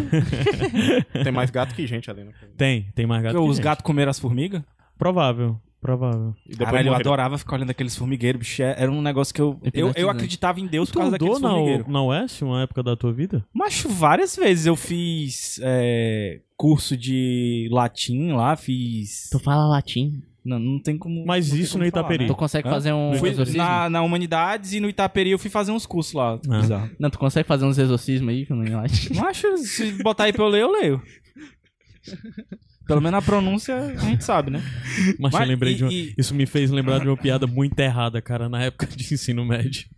Speaker 1: Tem mais gato que gente ali, né?
Speaker 4: Tem, tem mais gato.
Speaker 3: que
Speaker 4: que
Speaker 3: os
Speaker 4: gente.
Speaker 3: gatos comeram as formigas.
Speaker 4: Provável, provável.
Speaker 1: E depois
Speaker 3: Caralho, eu
Speaker 1: morreram.
Speaker 3: adorava ficar olhando aqueles formigueiros, bicho. É- Era um negócio que eu. Eu, eu
Speaker 2: Hipnotizante.
Speaker 3: acreditava em Deus por
Speaker 4: Tu
Speaker 3: causa
Speaker 4: andou
Speaker 3: daqueles
Speaker 4: na,
Speaker 3: formigueiros.
Speaker 4: na US uma época da tua vida?
Speaker 3: Macho, várias vezes eu fiz é, curso de latim lá, fiz.
Speaker 2: Tu fala latim.
Speaker 3: Não, não tem como.
Speaker 4: Mas
Speaker 3: não tem
Speaker 4: isso
Speaker 3: como
Speaker 4: no
Speaker 3: falar,
Speaker 4: Itaperi.
Speaker 2: Tu consegue
Speaker 3: Hã?
Speaker 2: fazer um
Speaker 3: né? Fui
Speaker 2: exorcismo?
Speaker 3: na, na Humanidades e no Itaperi eu fui fazer uns cursos lá.
Speaker 4: Ah.
Speaker 3: Bizarro.
Speaker 2: Não, tu consegue fazer uns exorcismos aí que eu não acho.
Speaker 3: Macho, se botar aí pra eu ler, eu leio. Pelo menos a pronúncia a gente sabe, né?
Speaker 4: Mas, eu
Speaker 3: Mas-
Speaker 4: lembrei
Speaker 3: e-
Speaker 4: de uma...
Speaker 3: e-
Speaker 4: Isso me fez lembrar de uma piada muito errada, cara, na época de ensino médio.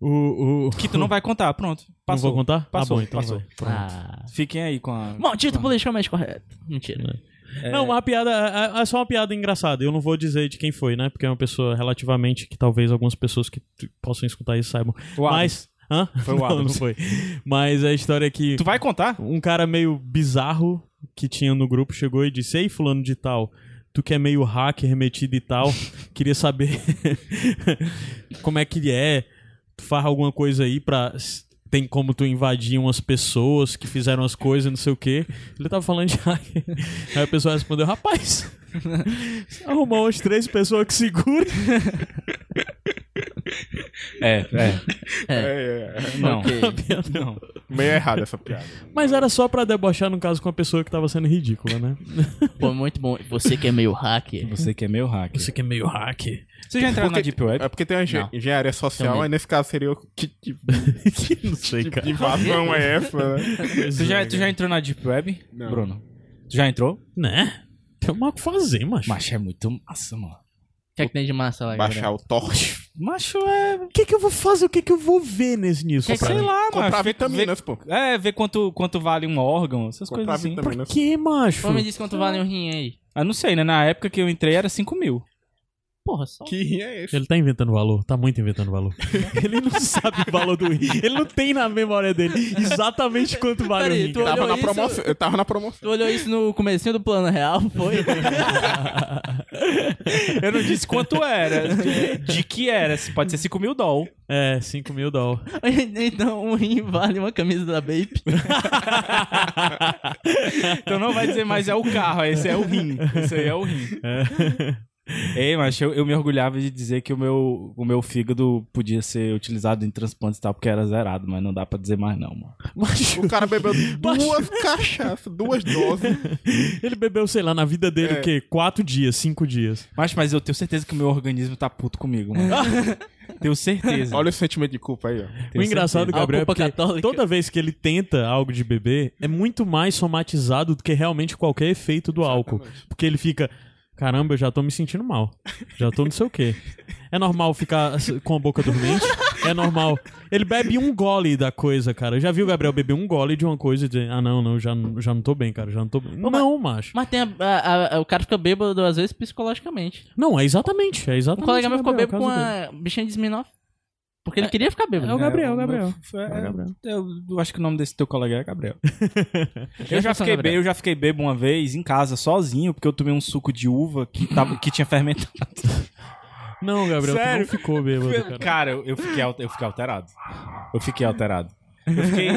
Speaker 4: O... o...
Speaker 3: Que tu não vai contar, pronto.
Speaker 4: Não
Speaker 3: Passou.
Speaker 4: vou contar?
Speaker 3: Passou,
Speaker 4: ah, bom, então
Speaker 3: passou.
Speaker 4: vai. Pronto.
Speaker 2: Ah.
Speaker 3: Fiquem aí com a.
Speaker 2: Maldito politicamente correto. Mentira.
Speaker 4: É. Não, mas a piada é- é só uma piada engraçada. Eu não vou dizer de quem foi, né? Porque é uma pessoa relativamente que talvez algumas pessoas que t- possam escutar isso saibam.
Speaker 3: O Adams.
Speaker 4: Mas. Hã?
Speaker 3: Foi o
Speaker 4: não,
Speaker 3: Adams.
Speaker 4: não foi. Mas a história é que
Speaker 3: Tu vai contar?
Speaker 4: um cara meio bizarro que tinha no grupo chegou e disse: Ei, fulano de tal, tu que é meio hacker metido e tal, queria saber como é que ele é. Tu faz alguma coisa aí pra. Tem como tu invadir umas pessoas que fizeram as coisas, não sei o quê. Ele tava falando de hacker. Aí a pessoa respondeu: Rapaz, arrumou umas três pessoas que segurem.
Speaker 3: É, é.
Speaker 1: É, é, é.
Speaker 3: Não.
Speaker 2: Ok.
Speaker 3: Não.
Speaker 1: Meio errada essa piada.
Speaker 4: Mas era só pra debochar, no caso, com a pessoa que tava sendo ridícula, né?
Speaker 2: Pô, muito bom. Você que é meio hacker.
Speaker 3: Você que é meu hacker.
Speaker 4: Você que é meio hacker.
Speaker 3: Você já entraram na
Speaker 1: Porque-
Speaker 3: Deep Web?
Speaker 1: É porque tem uma engen-
Speaker 3: Não.
Speaker 1: engenharia social,
Speaker 2: Também.
Speaker 1: aí nesse caso seria o que tipo
Speaker 4: não sei,
Speaker 1: de
Speaker 4: cara.
Speaker 1: invasão é essa, né?
Speaker 3: Tu
Speaker 4: é.
Speaker 3: já, é tu já entrou na Deep Web,
Speaker 1: Não.
Speaker 3: Bruno? Tu já entrou?
Speaker 4: Né? Tem mal o que fazer, macho.
Speaker 3: Macho é muito massa, mano.
Speaker 2: O que é que tem de massa lá, galera?
Speaker 1: Baixar o torch.
Speaker 3: Macho é.
Speaker 4: O que, que eu vou fazer? O que, que eu vou ver nesse nisso?
Speaker 2: Que que
Speaker 3: Sei
Speaker 2: Pra
Speaker 3: lá,
Speaker 1: Comprar
Speaker 3: macho.
Speaker 1: vitaminas, pô.
Speaker 3: Vê- É, ver quanto, quanto vale um órgão, essas
Speaker 1: Comprar
Speaker 3: coisas assim.
Speaker 4: Pra
Speaker 1: vitaminas.
Speaker 4: que, macho?
Speaker 2: Pô, me diz quanto vale um rim aí.
Speaker 3: Ah, não sei, né? Na época que eu entrei era 5 mil.
Speaker 2: Porra, só. um
Speaker 1: Que rim é esse?
Speaker 4: Ele tá inventando valor, tá muito inventando valor. ele não sabe o valor do rim. Ele não tem na memória dele exatamente quanto vale
Speaker 2: Peraí,
Speaker 4: o rim.
Speaker 2: tu
Speaker 4: cara.
Speaker 1: Tava
Speaker 2: olhou
Speaker 1: na,
Speaker 2: isso?
Speaker 1: promoção, eu tava na promoção.
Speaker 2: Tu olhou isso no comecinho do plano real, foi?
Speaker 3: Eu não disse quanto era, de, de que era. se Pode ser 5 mil doll.
Speaker 4: É, 5 mil dólares.
Speaker 2: então um rim vale uma camisa da Bape.
Speaker 3: Então não vai dizer mais é o carro, esse é o rim. Esse aí é o rim.
Speaker 4: É.
Speaker 3: Ei, mas eu, eu me orgulhava de dizer que o meu, o meu fígado podia ser utilizado em transplantes e tal, porque era zerado, mas não dá pra dizer mais não, mano.
Speaker 4: Macho,
Speaker 1: O cara bebeu duas cachaças, duas doses.
Speaker 4: ele bebeu, sei lá, na vida dele
Speaker 1: É.
Speaker 4: o quê? 4 dias, 5 dias.
Speaker 3: Mas, mas eu tenho certeza que o meu organismo tá puto comigo, mano. tenho certeza.
Speaker 1: Olha o sentimento de culpa aí, ó.
Speaker 4: o engraçado,
Speaker 2: certeza.
Speaker 4: Gabriel,
Speaker 2: Ah,
Speaker 4: é
Speaker 2: a culpa
Speaker 4: porque
Speaker 2: católica.
Speaker 4: toda vez que ele tenta algo de beber, é muito mais somatizado do que realmente qualquer efeito do álcool. Porque ele fica, caramba, eu já tô me sentindo mal. Já tô não sei o quê. É normal ficar s- com a boca dormente. É normal. Ele bebe um gole da coisa, cara. Eu já vi o Gabriel beber um gole de uma coisa e dizer, ah, não, não, já, não- já não tô bem, cara, já não tô bem. não, macho.
Speaker 2: Mas tem a, a- a- o cara fica bêbado às vezes psicologicamente.
Speaker 4: Não, é exatamente, é
Speaker 2: Um
Speaker 4: exatamente.
Speaker 2: colega
Speaker 4: o
Speaker 2: meu ficou
Speaker 4: Gabriel, é
Speaker 2: bêbado
Speaker 4: o
Speaker 2: com
Speaker 4: caso
Speaker 2: a bichinha de Smirnoff. Porque ele queria ficar
Speaker 4: dele.
Speaker 2: bêbado.
Speaker 4: É o Gabriel, o Gabriel.
Speaker 3: É,
Speaker 4: É o Gabriel.
Speaker 3: eu acho que o nome desse teu colega é Gabriel. eu, já
Speaker 2: Jefferson
Speaker 3: fiquei
Speaker 2: Gabriel.
Speaker 3: bê, eu já fiquei bebo uma vez em casa, sozinho, porque eu tomei um suco de uva que, tava, que tinha fermentado.
Speaker 4: Não, Gabriel, tu
Speaker 3: Sério?
Speaker 4: não ficou bêbado, cara.
Speaker 3: Tipo, Cara, eu eu fiquei, al- eu fiquei alterado. Eu fiquei alterado. Eu fiquei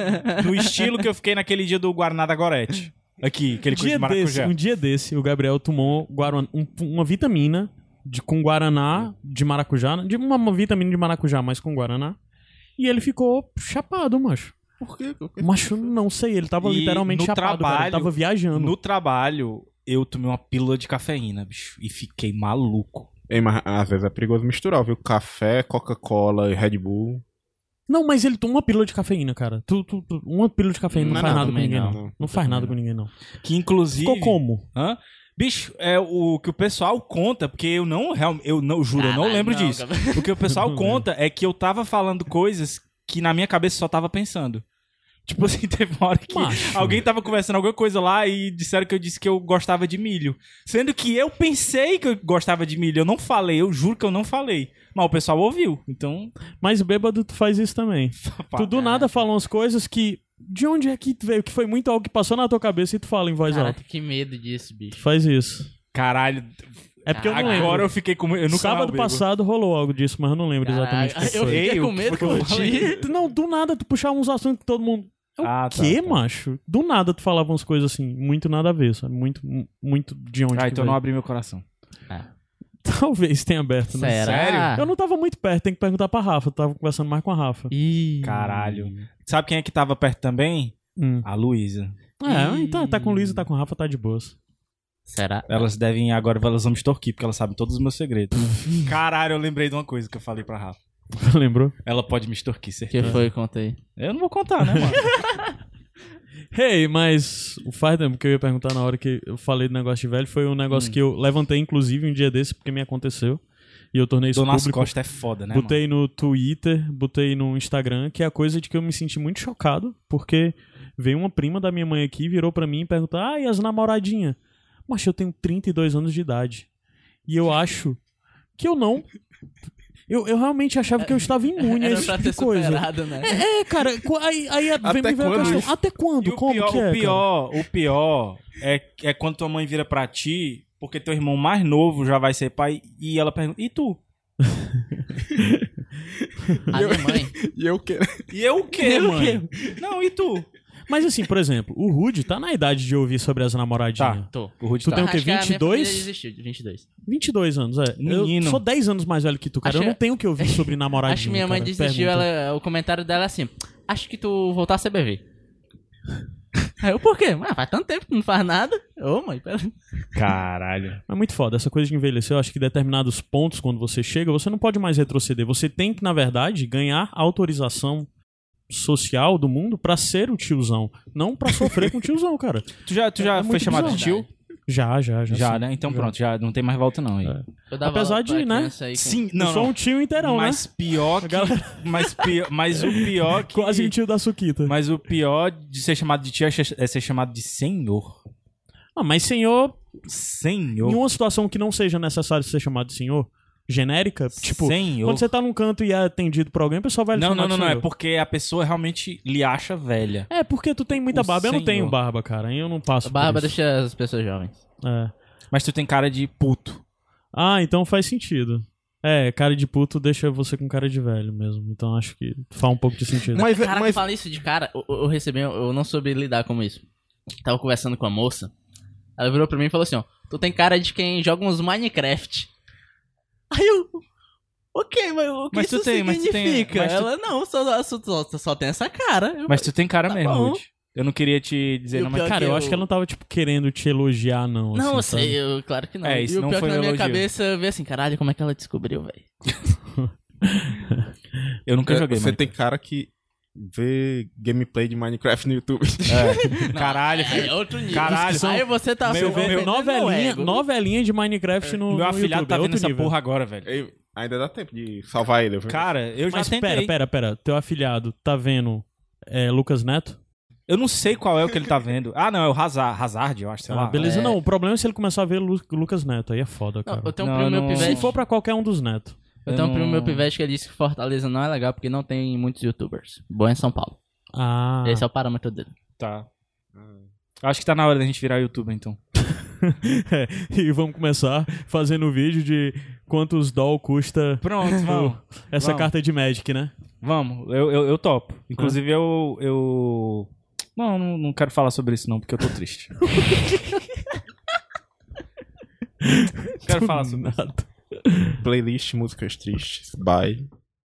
Speaker 3: no estilo que eu fiquei naquele dia do Guaraná da Gorete. Aqui, aquele coisa
Speaker 4: dia
Speaker 3: de
Speaker 4: desse,
Speaker 3: maracujá.
Speaker 4: um dia desse, o Gabriel tomou guaran- um- uma vitamina de, com guaraná de maracujá, de uma, uma vitamina de maracujá, mas com guaraná, e ele ficou chapado, macho.
Speaker 1: Por quê?
Speaker 4: Macho, não sei, ele tava
Speaker 3: E
Speaker 4: literalmente
Speaker 3: no
Speaker 4: chapado, cara, ele
Speaker 3: trabalho-
Speaker 4: tava viajando.
Speaker 3: No trabalho, eu tomei uma pílula de cafeína, bicho, e fiquei maluco.
Speaker 1: Ei, mas às vezes é perigoso misturar, viu? Café, Coca-Cola e Red Bull.
Speaker 4: Não, mas ele tomou uma pílula de cafeína, cara. Tu, tu- tu- uma pílula de cafeína não,
Speaker 1: Não é
Speaker 4: faz
Speaker 1: nada
Speaker 4: nada com
Speaker 2: também,
Speaker 4: ninguém, não.
Speaker 1: não.
Speaker 4: Não,
Speaker 1: Não,
Speaker 4: faz nada com ninguém, não.
Speaker 3: Que inclusive.
Speaker 4: Ficou como?
Speaker 3: Hã? Bicho, é o que o pessoal conta, porque eu não real- eu não juro, eu não
Speaker 2: Caralho,
Speaker 3: lembro
Speaker 2: não,
Speaker 3: disso.
Speaker 2: Gabriel.
Speaker 3: O que o pessoal conta é que eu tava falando coisas que na minha cabeça só tava pensando. Tipo assim, teve uma hora que
Speaker 4: Macho.
Speaker 3: alguém tava conversando alguma coisa lá e disseram que eu disse que eu gostava de milho. Sendo que eu pensei que eu gostava de milho, eu não falei, eu juro que eu não falei. Mas o pessoal ouviu, então...
Speaker 4: Mas bêbado, tu faz isso também.
Speaker 3: pá,
Speaker 4: tu do nada fala umas coisas que... De onde é que veio? Que foi muito algo que passou na tua cabeça e tu fala em voz
Speaker 3: é.
Speaker 4: alta.
Speaker 2: Caraca, que medo disso,
Speaker 4: Tu
Speaker 2: bicho.
Speaker 4: faz isso.
Speaker 3: Caralho,
Speaker 4: É porque eu não
Speaker 3: agora
Speaker 4: lembro.
Speaker 3: eu fiquei com... Eu
Speaker 4: No
Speaker 3: nunca
Speaker 4: sábado
Speaker 3: bebo.
Speaker 4: passado rolou algo disso, mas eu não lembro exatamente o
Speaker 2: Caraca,
Speaker 4: que
Speaker 2: eu
Speaker 4: foi.
Speaker 3: Ei,
Speaker 2: fiquei
Speaker 3: o
Speaker 2: com
Speaker 3: que
Speaker 2: medo
Speaker 3: foi que eu
Speaker 2: quando
Speaker 3: falei?
Speaker 2: eu
Speaker 4: Tu- Não, do nada tu puxava uns assuntos que todo mundo. É o
Speaker 3: Ah, tá,
Speaker 4: quê,
Speaker 3: tá.
Speaker 4: macho? Do nada tu falava umas coisas assim, muito nada a ver, sabe? Muito, mu- muito de onde.
Speaker 3: Ah,
Speaker 4: que
Speaker 3: então não
Speaker 4: veio.
Speaker 3: abri meu coração.
Speaker 4: Talvez tenha aberto, né?
Speaker 2: Será?
Speaker 3: Sério?
Speaker 4: Eu não tava muito perto, tem que perguntar pra Rafa. Eu tava conversando mais com a Rafa.
Speaker 2: Ih.
Speaker 3: Caralho. Sabe quem é que tava perto também?
Speaker 4: Hum.
Speaker 3: A Luísa.
Speaker 4: É, então tá com o Luiz e tá com a Rafa, tá de boas.
Speaker 2: Será?
Speaker 3: Elas devem, agora elas vão me extorquir, porque elas sabem todos os meus segredos. Caralho, eu lembrei de uma coisa que eu falei pra Rafa.
Speaker 4: Lembrou?
Speaker 3: Ela pode me extorquir,
Speaker 2: O que
Speaker 3: certeza.
Speaker 2: foi? Conta aí.
Speaker 3: Eu não vou contar, né, mano?
Speaker 4: Hey, mas o Fardam que eu ia perguntar na hora que eu falei do negócio de velho foi um negócio
Speaker 2: Hum.
Speaker 4: que eu levantei, inclusive, um dia desse, porque me aconteceu. E eu tornei isso
Speaker 3: Dona
Speaker 4: público.
Speaker 3: Costa é foda, né?
Speaker 4: botei no Twitter, botei no Instagram, que é a coisa de que eu me senti muito chocado, porque veio uma prima da minha mãe aqui, virou pra mim e perguntou: Ah, e as namoradinhas? Mas eu tenho 32 anos de idade. E eu acho que eu não. Eu, eu realmente achava que eu estava imune a
Speaker 2: Era
Speaker 4: esse
Speaker 2: pra
Speaker 4: tipo
Speaker 2: ter
Speaker 4: de coisa.
Speaker 2: superado, né?
Speaker 4: É, cara, co- aí, aí a-
Speaker 1: Até
Speaker 4: vem me ver a
Speaker 1: quando
Speaker 4: questão.
Speaker 1: isso?
Speaker 4: Até
Speaker 3: E
Speaker 4: quando?
Speaker 3: o
Speaker 4: Como
Speaker 3: pior,
Speaker 4: que é?
Speaker 3: o
Speaker 4: cara?
Speaker 3: pior, o pior é, é quando tua mãe vira pra ti, porque teu irmão mais novo já vai ser pai, e ela pergunta, e tu?
Speaker 2: A minha mãe.
Speaker 1: E eu que...
Speaker 3: E eu o quê,
Speaker 4: Eu o
Speaker 3: mãe? Não, e tu?
Speaker 4: Mas assim, por exemplo, o Rude tá na idade de ouvir sobre as namoradinhas.
Speaker 2: Tô.
Speaker 3: O Rude tá,
Speaker 4: Tu tem o quê?
Speaker 2: Acho que a minha
Speaker 4: 22?
Speaker 2: família Desistiu, de 22.
Speaker 4: 22 anos, é.
Speaker 3: Menino.
Speaker 4: Eu sou 10 anos mais velho que tu, cara.
Speaker 2: Acho-
Speaker 4: Eu não tenho o que ouvir sobre namoradinha.
Speaker 2: Acho que minha mãe
Speaker 4: cara.
Speaker 2: desistiu,
Speaker 4: Pergunta.
Speaker 2: ela, o comentário dela é assim: Acho que tu voltar a CBV. Aí eu, por quê? Ah, faz tanto tempo que não faz nada. Ô, mãe, pera.
Speaker 1: um
Speaker 3: Caralho.
Speaker 4: É muito foda. Essa coisa de envelhecer, eu acho que determinados pontos, quando você chega, você não pode mais retroceder. Você tem que, na verdade, ganhar autorização social do mundo pra ser o tiozão. Não pra sofrer com o tiozão, cara.
Speaker 3: Tu já, tu
Speaker 4: É
Speaker 3: já
Speaker 4: muito
Speaker 3: foi chamado de
Speaker 2: bizarro.
Speaker 3: tio?
Speaker 4: Já, já, já.
Speaker 3: Já,
Speaker 4: sim.
Speaker 3: né? Então
Speaker 4: Já.
Speaker 3: pronto, já não tem mais volta não aí.
Speaker 4: É.
Speaker 2: Eu dava
Speaker 4: Apesar
Speaker 2: aula pra
Speaker 4: de, né?
Speaker 2: criança aí com-
Speaker 4: Eu sou um tio inteirão,
Speaker 3: mas pior
Speaker 4: A
Speaker 3: que...
Speaker 4: galera-
Speaker 3: Mas, pior, mas o pior que...
Speaker 4: né? Quase um tio da Suquita.
Speaker 3: Mas o pior de ser chamado de tio é che- é ser chamado de senhor.
Speaker 4: Ah, mas senhor,
Speaker 3: Senhor.
Speaker 4: em uma situação que não seja necessário ser chamado de senhor, genérica, tipo,
Speaker 3: senhor.
Speaker 4: quando você tá num canto e é atendido por alguém, o pessoal vai lhe
Speaker 3: Não,
Speaker 4: chamar
Speaker 3: não,
Speaker 4: de
Speaker 3: não, não.
Speaker 4: senhor.
Speaker 3: É porque a pessoa realmente lhe acha velha.
Speaker 4: É, porque tu tem muita
Speaker 3: O
Speaker 4: barba. Eu não
Speaker 3: senhor.
Speaker 4: tenho barba, cara. Eu não passo
Speaker 2: A barba
Speaker 4: por isso.
Speaker 2: deixa as pessoas jovens.
Speaker 4: É.
Speaker 3: Mas tu tem cara de puto.
Speaker 4: Ah, então faz sentido. É, cara de puto deixa você com cara de velho mesmo. Então acho que faz um pouco de sentido.
Speaker 1: Mas, é,
Speaker 2: Cara,
Speaker 1: mas
Speaker 2: fala isso de cara. Eu, eu recebi, eu não soube lidar com isso. Tava conversando com a moça. Ela virou pra mim e falou assim: ó, tu tem cara de quem joga uns Minecraft. Aí eu. Ok, mas o que
Speaker 3: Mas tu
Speaker 2: isso
Speaker 3: tem, mas tu tem-
Speaker 2: significa?
Speaker 3: mas tu-
Speaker 2: Ela, não, só, só, só, só tem essa cara. Eu,
Speaker 3: Mas tu tem cara
Speaker 2: Tá
Speaker 3: mesmo,
Speaker 2: bom.
Speaker 3: Rude. Eu não queria te dizer,
Speaker 2: E o
Speaker 3: não, mas
Speaker 2: pior
Speaker 4: cara, eu,
Speaker 2: eu-
Speaker 4: acho que ela não tava, tipo, querendo te elogiar, não.
Speaker 2: Não, eu
Speaker 4: assim, sabe?
Speaker 2: sei, eu- claro que não.
Speaker 3: É, isso
Speaker 2: e o
Speaker 3: não
Speaker 2: pior
Speaker 3: foi
Speaker 2: que
Speaker 3: um
Speaker 2: na minha
Speaker 3: elogio.
Speaker 2: cabeça eu vi assim, caralho, como é que ela descobriu, velho?
Speaker 3: eu nunca
Speaker 1: é,
Speaker 3: joguei,
Speaker 1: você
Speaker 3: mano.
Speaker 1: tem cara que vê gameplay de Minecraft no YouTube.
Speaker 3: É. Caralho,
Speaker 2: Aí é
Speaker 3: velho.
Speaker 2: outro nível.
Speaker 3: Caralho, são-
Speaker 2: aí você tá
Speaker 3: meu-
Speaker 2: se
Speaker 3: meu-
Speaker 2: ofendendo
Speaker 4: novelinha,
Speaker 2: ego.
Speaker 4: novelinha de Minecraft no.
Speaker 3: é Meu
Speaker 4: no
Speaker 3: afilhado
Speaker 4: YouTube,
Speaker 3: tá
Speaker 4: é
Speaker 3: vendo
Speaker 4: outro
Speaker 3: essa
Speaker 4: nível.
Speaker 3: porra agora, velho.
Speaker 1: Ei, ainda dá tempo de salvar ele. viu?
Speaker 3: Cara, eu já
Speaker 4: Mas
Speaker 3: tentei.
Speaker 4: pera, pera, pera. Teu afilhado tá vendo é, Lucas Neto?
Speaker 3: Eu não sei qual é o que ele tá vendo. Ah, não, é o Hazard, Hazard eu acho, sei
Speaker 4: Ah,
Speaker 3: lá.
Speaker 4: beleza.
Speaker 2: é.
Speaker 4: Não, o problema é se ele começar a ver Lu- Lucas Neto. Aí é foda,
Speaker 2: Não,
Speaker 4: cara.
Speaker 2: eu tenho um
Speaker 3: Não,
Speaker 2: primo meu
Speaker 3: não-
Speaker 2: pivete.
Speaker 4: Se for pra qualquer um dos netos.
Speaker 2: Eu tenho um
Speaker 3: Eu
Speaker 2: primo
Speaker 3: não-
Speaker 2: meu pivete que ele disse que Fortaleza não é legal porque não tem muitos youtubers. Bom é São Paulo.
Speaker 4: Ah.
Speaker 2: Esse é o parâmetro dele.
Speaker 3: Tá. Acho que tá na hora da gente virar youtuber, então.
Speaker 4: É, e vamos começar fazendo o vídeo de quantos doll custa
Speaker 3: Pronto, vamos.
Speaker 4: essa
Speaker 3: Vamos.
Speaker 4: carta de Magic, né?
Speaker 3: Vamos, eu, eu, eu topo. Inclusive, eu, eu. Não, não, não quero falar sobre isso, não, porque eu tô triste. quero falar sobre isso.
Speaker 4: Nada.
Speaker 1: Playlist Músicas Tristes. Bye.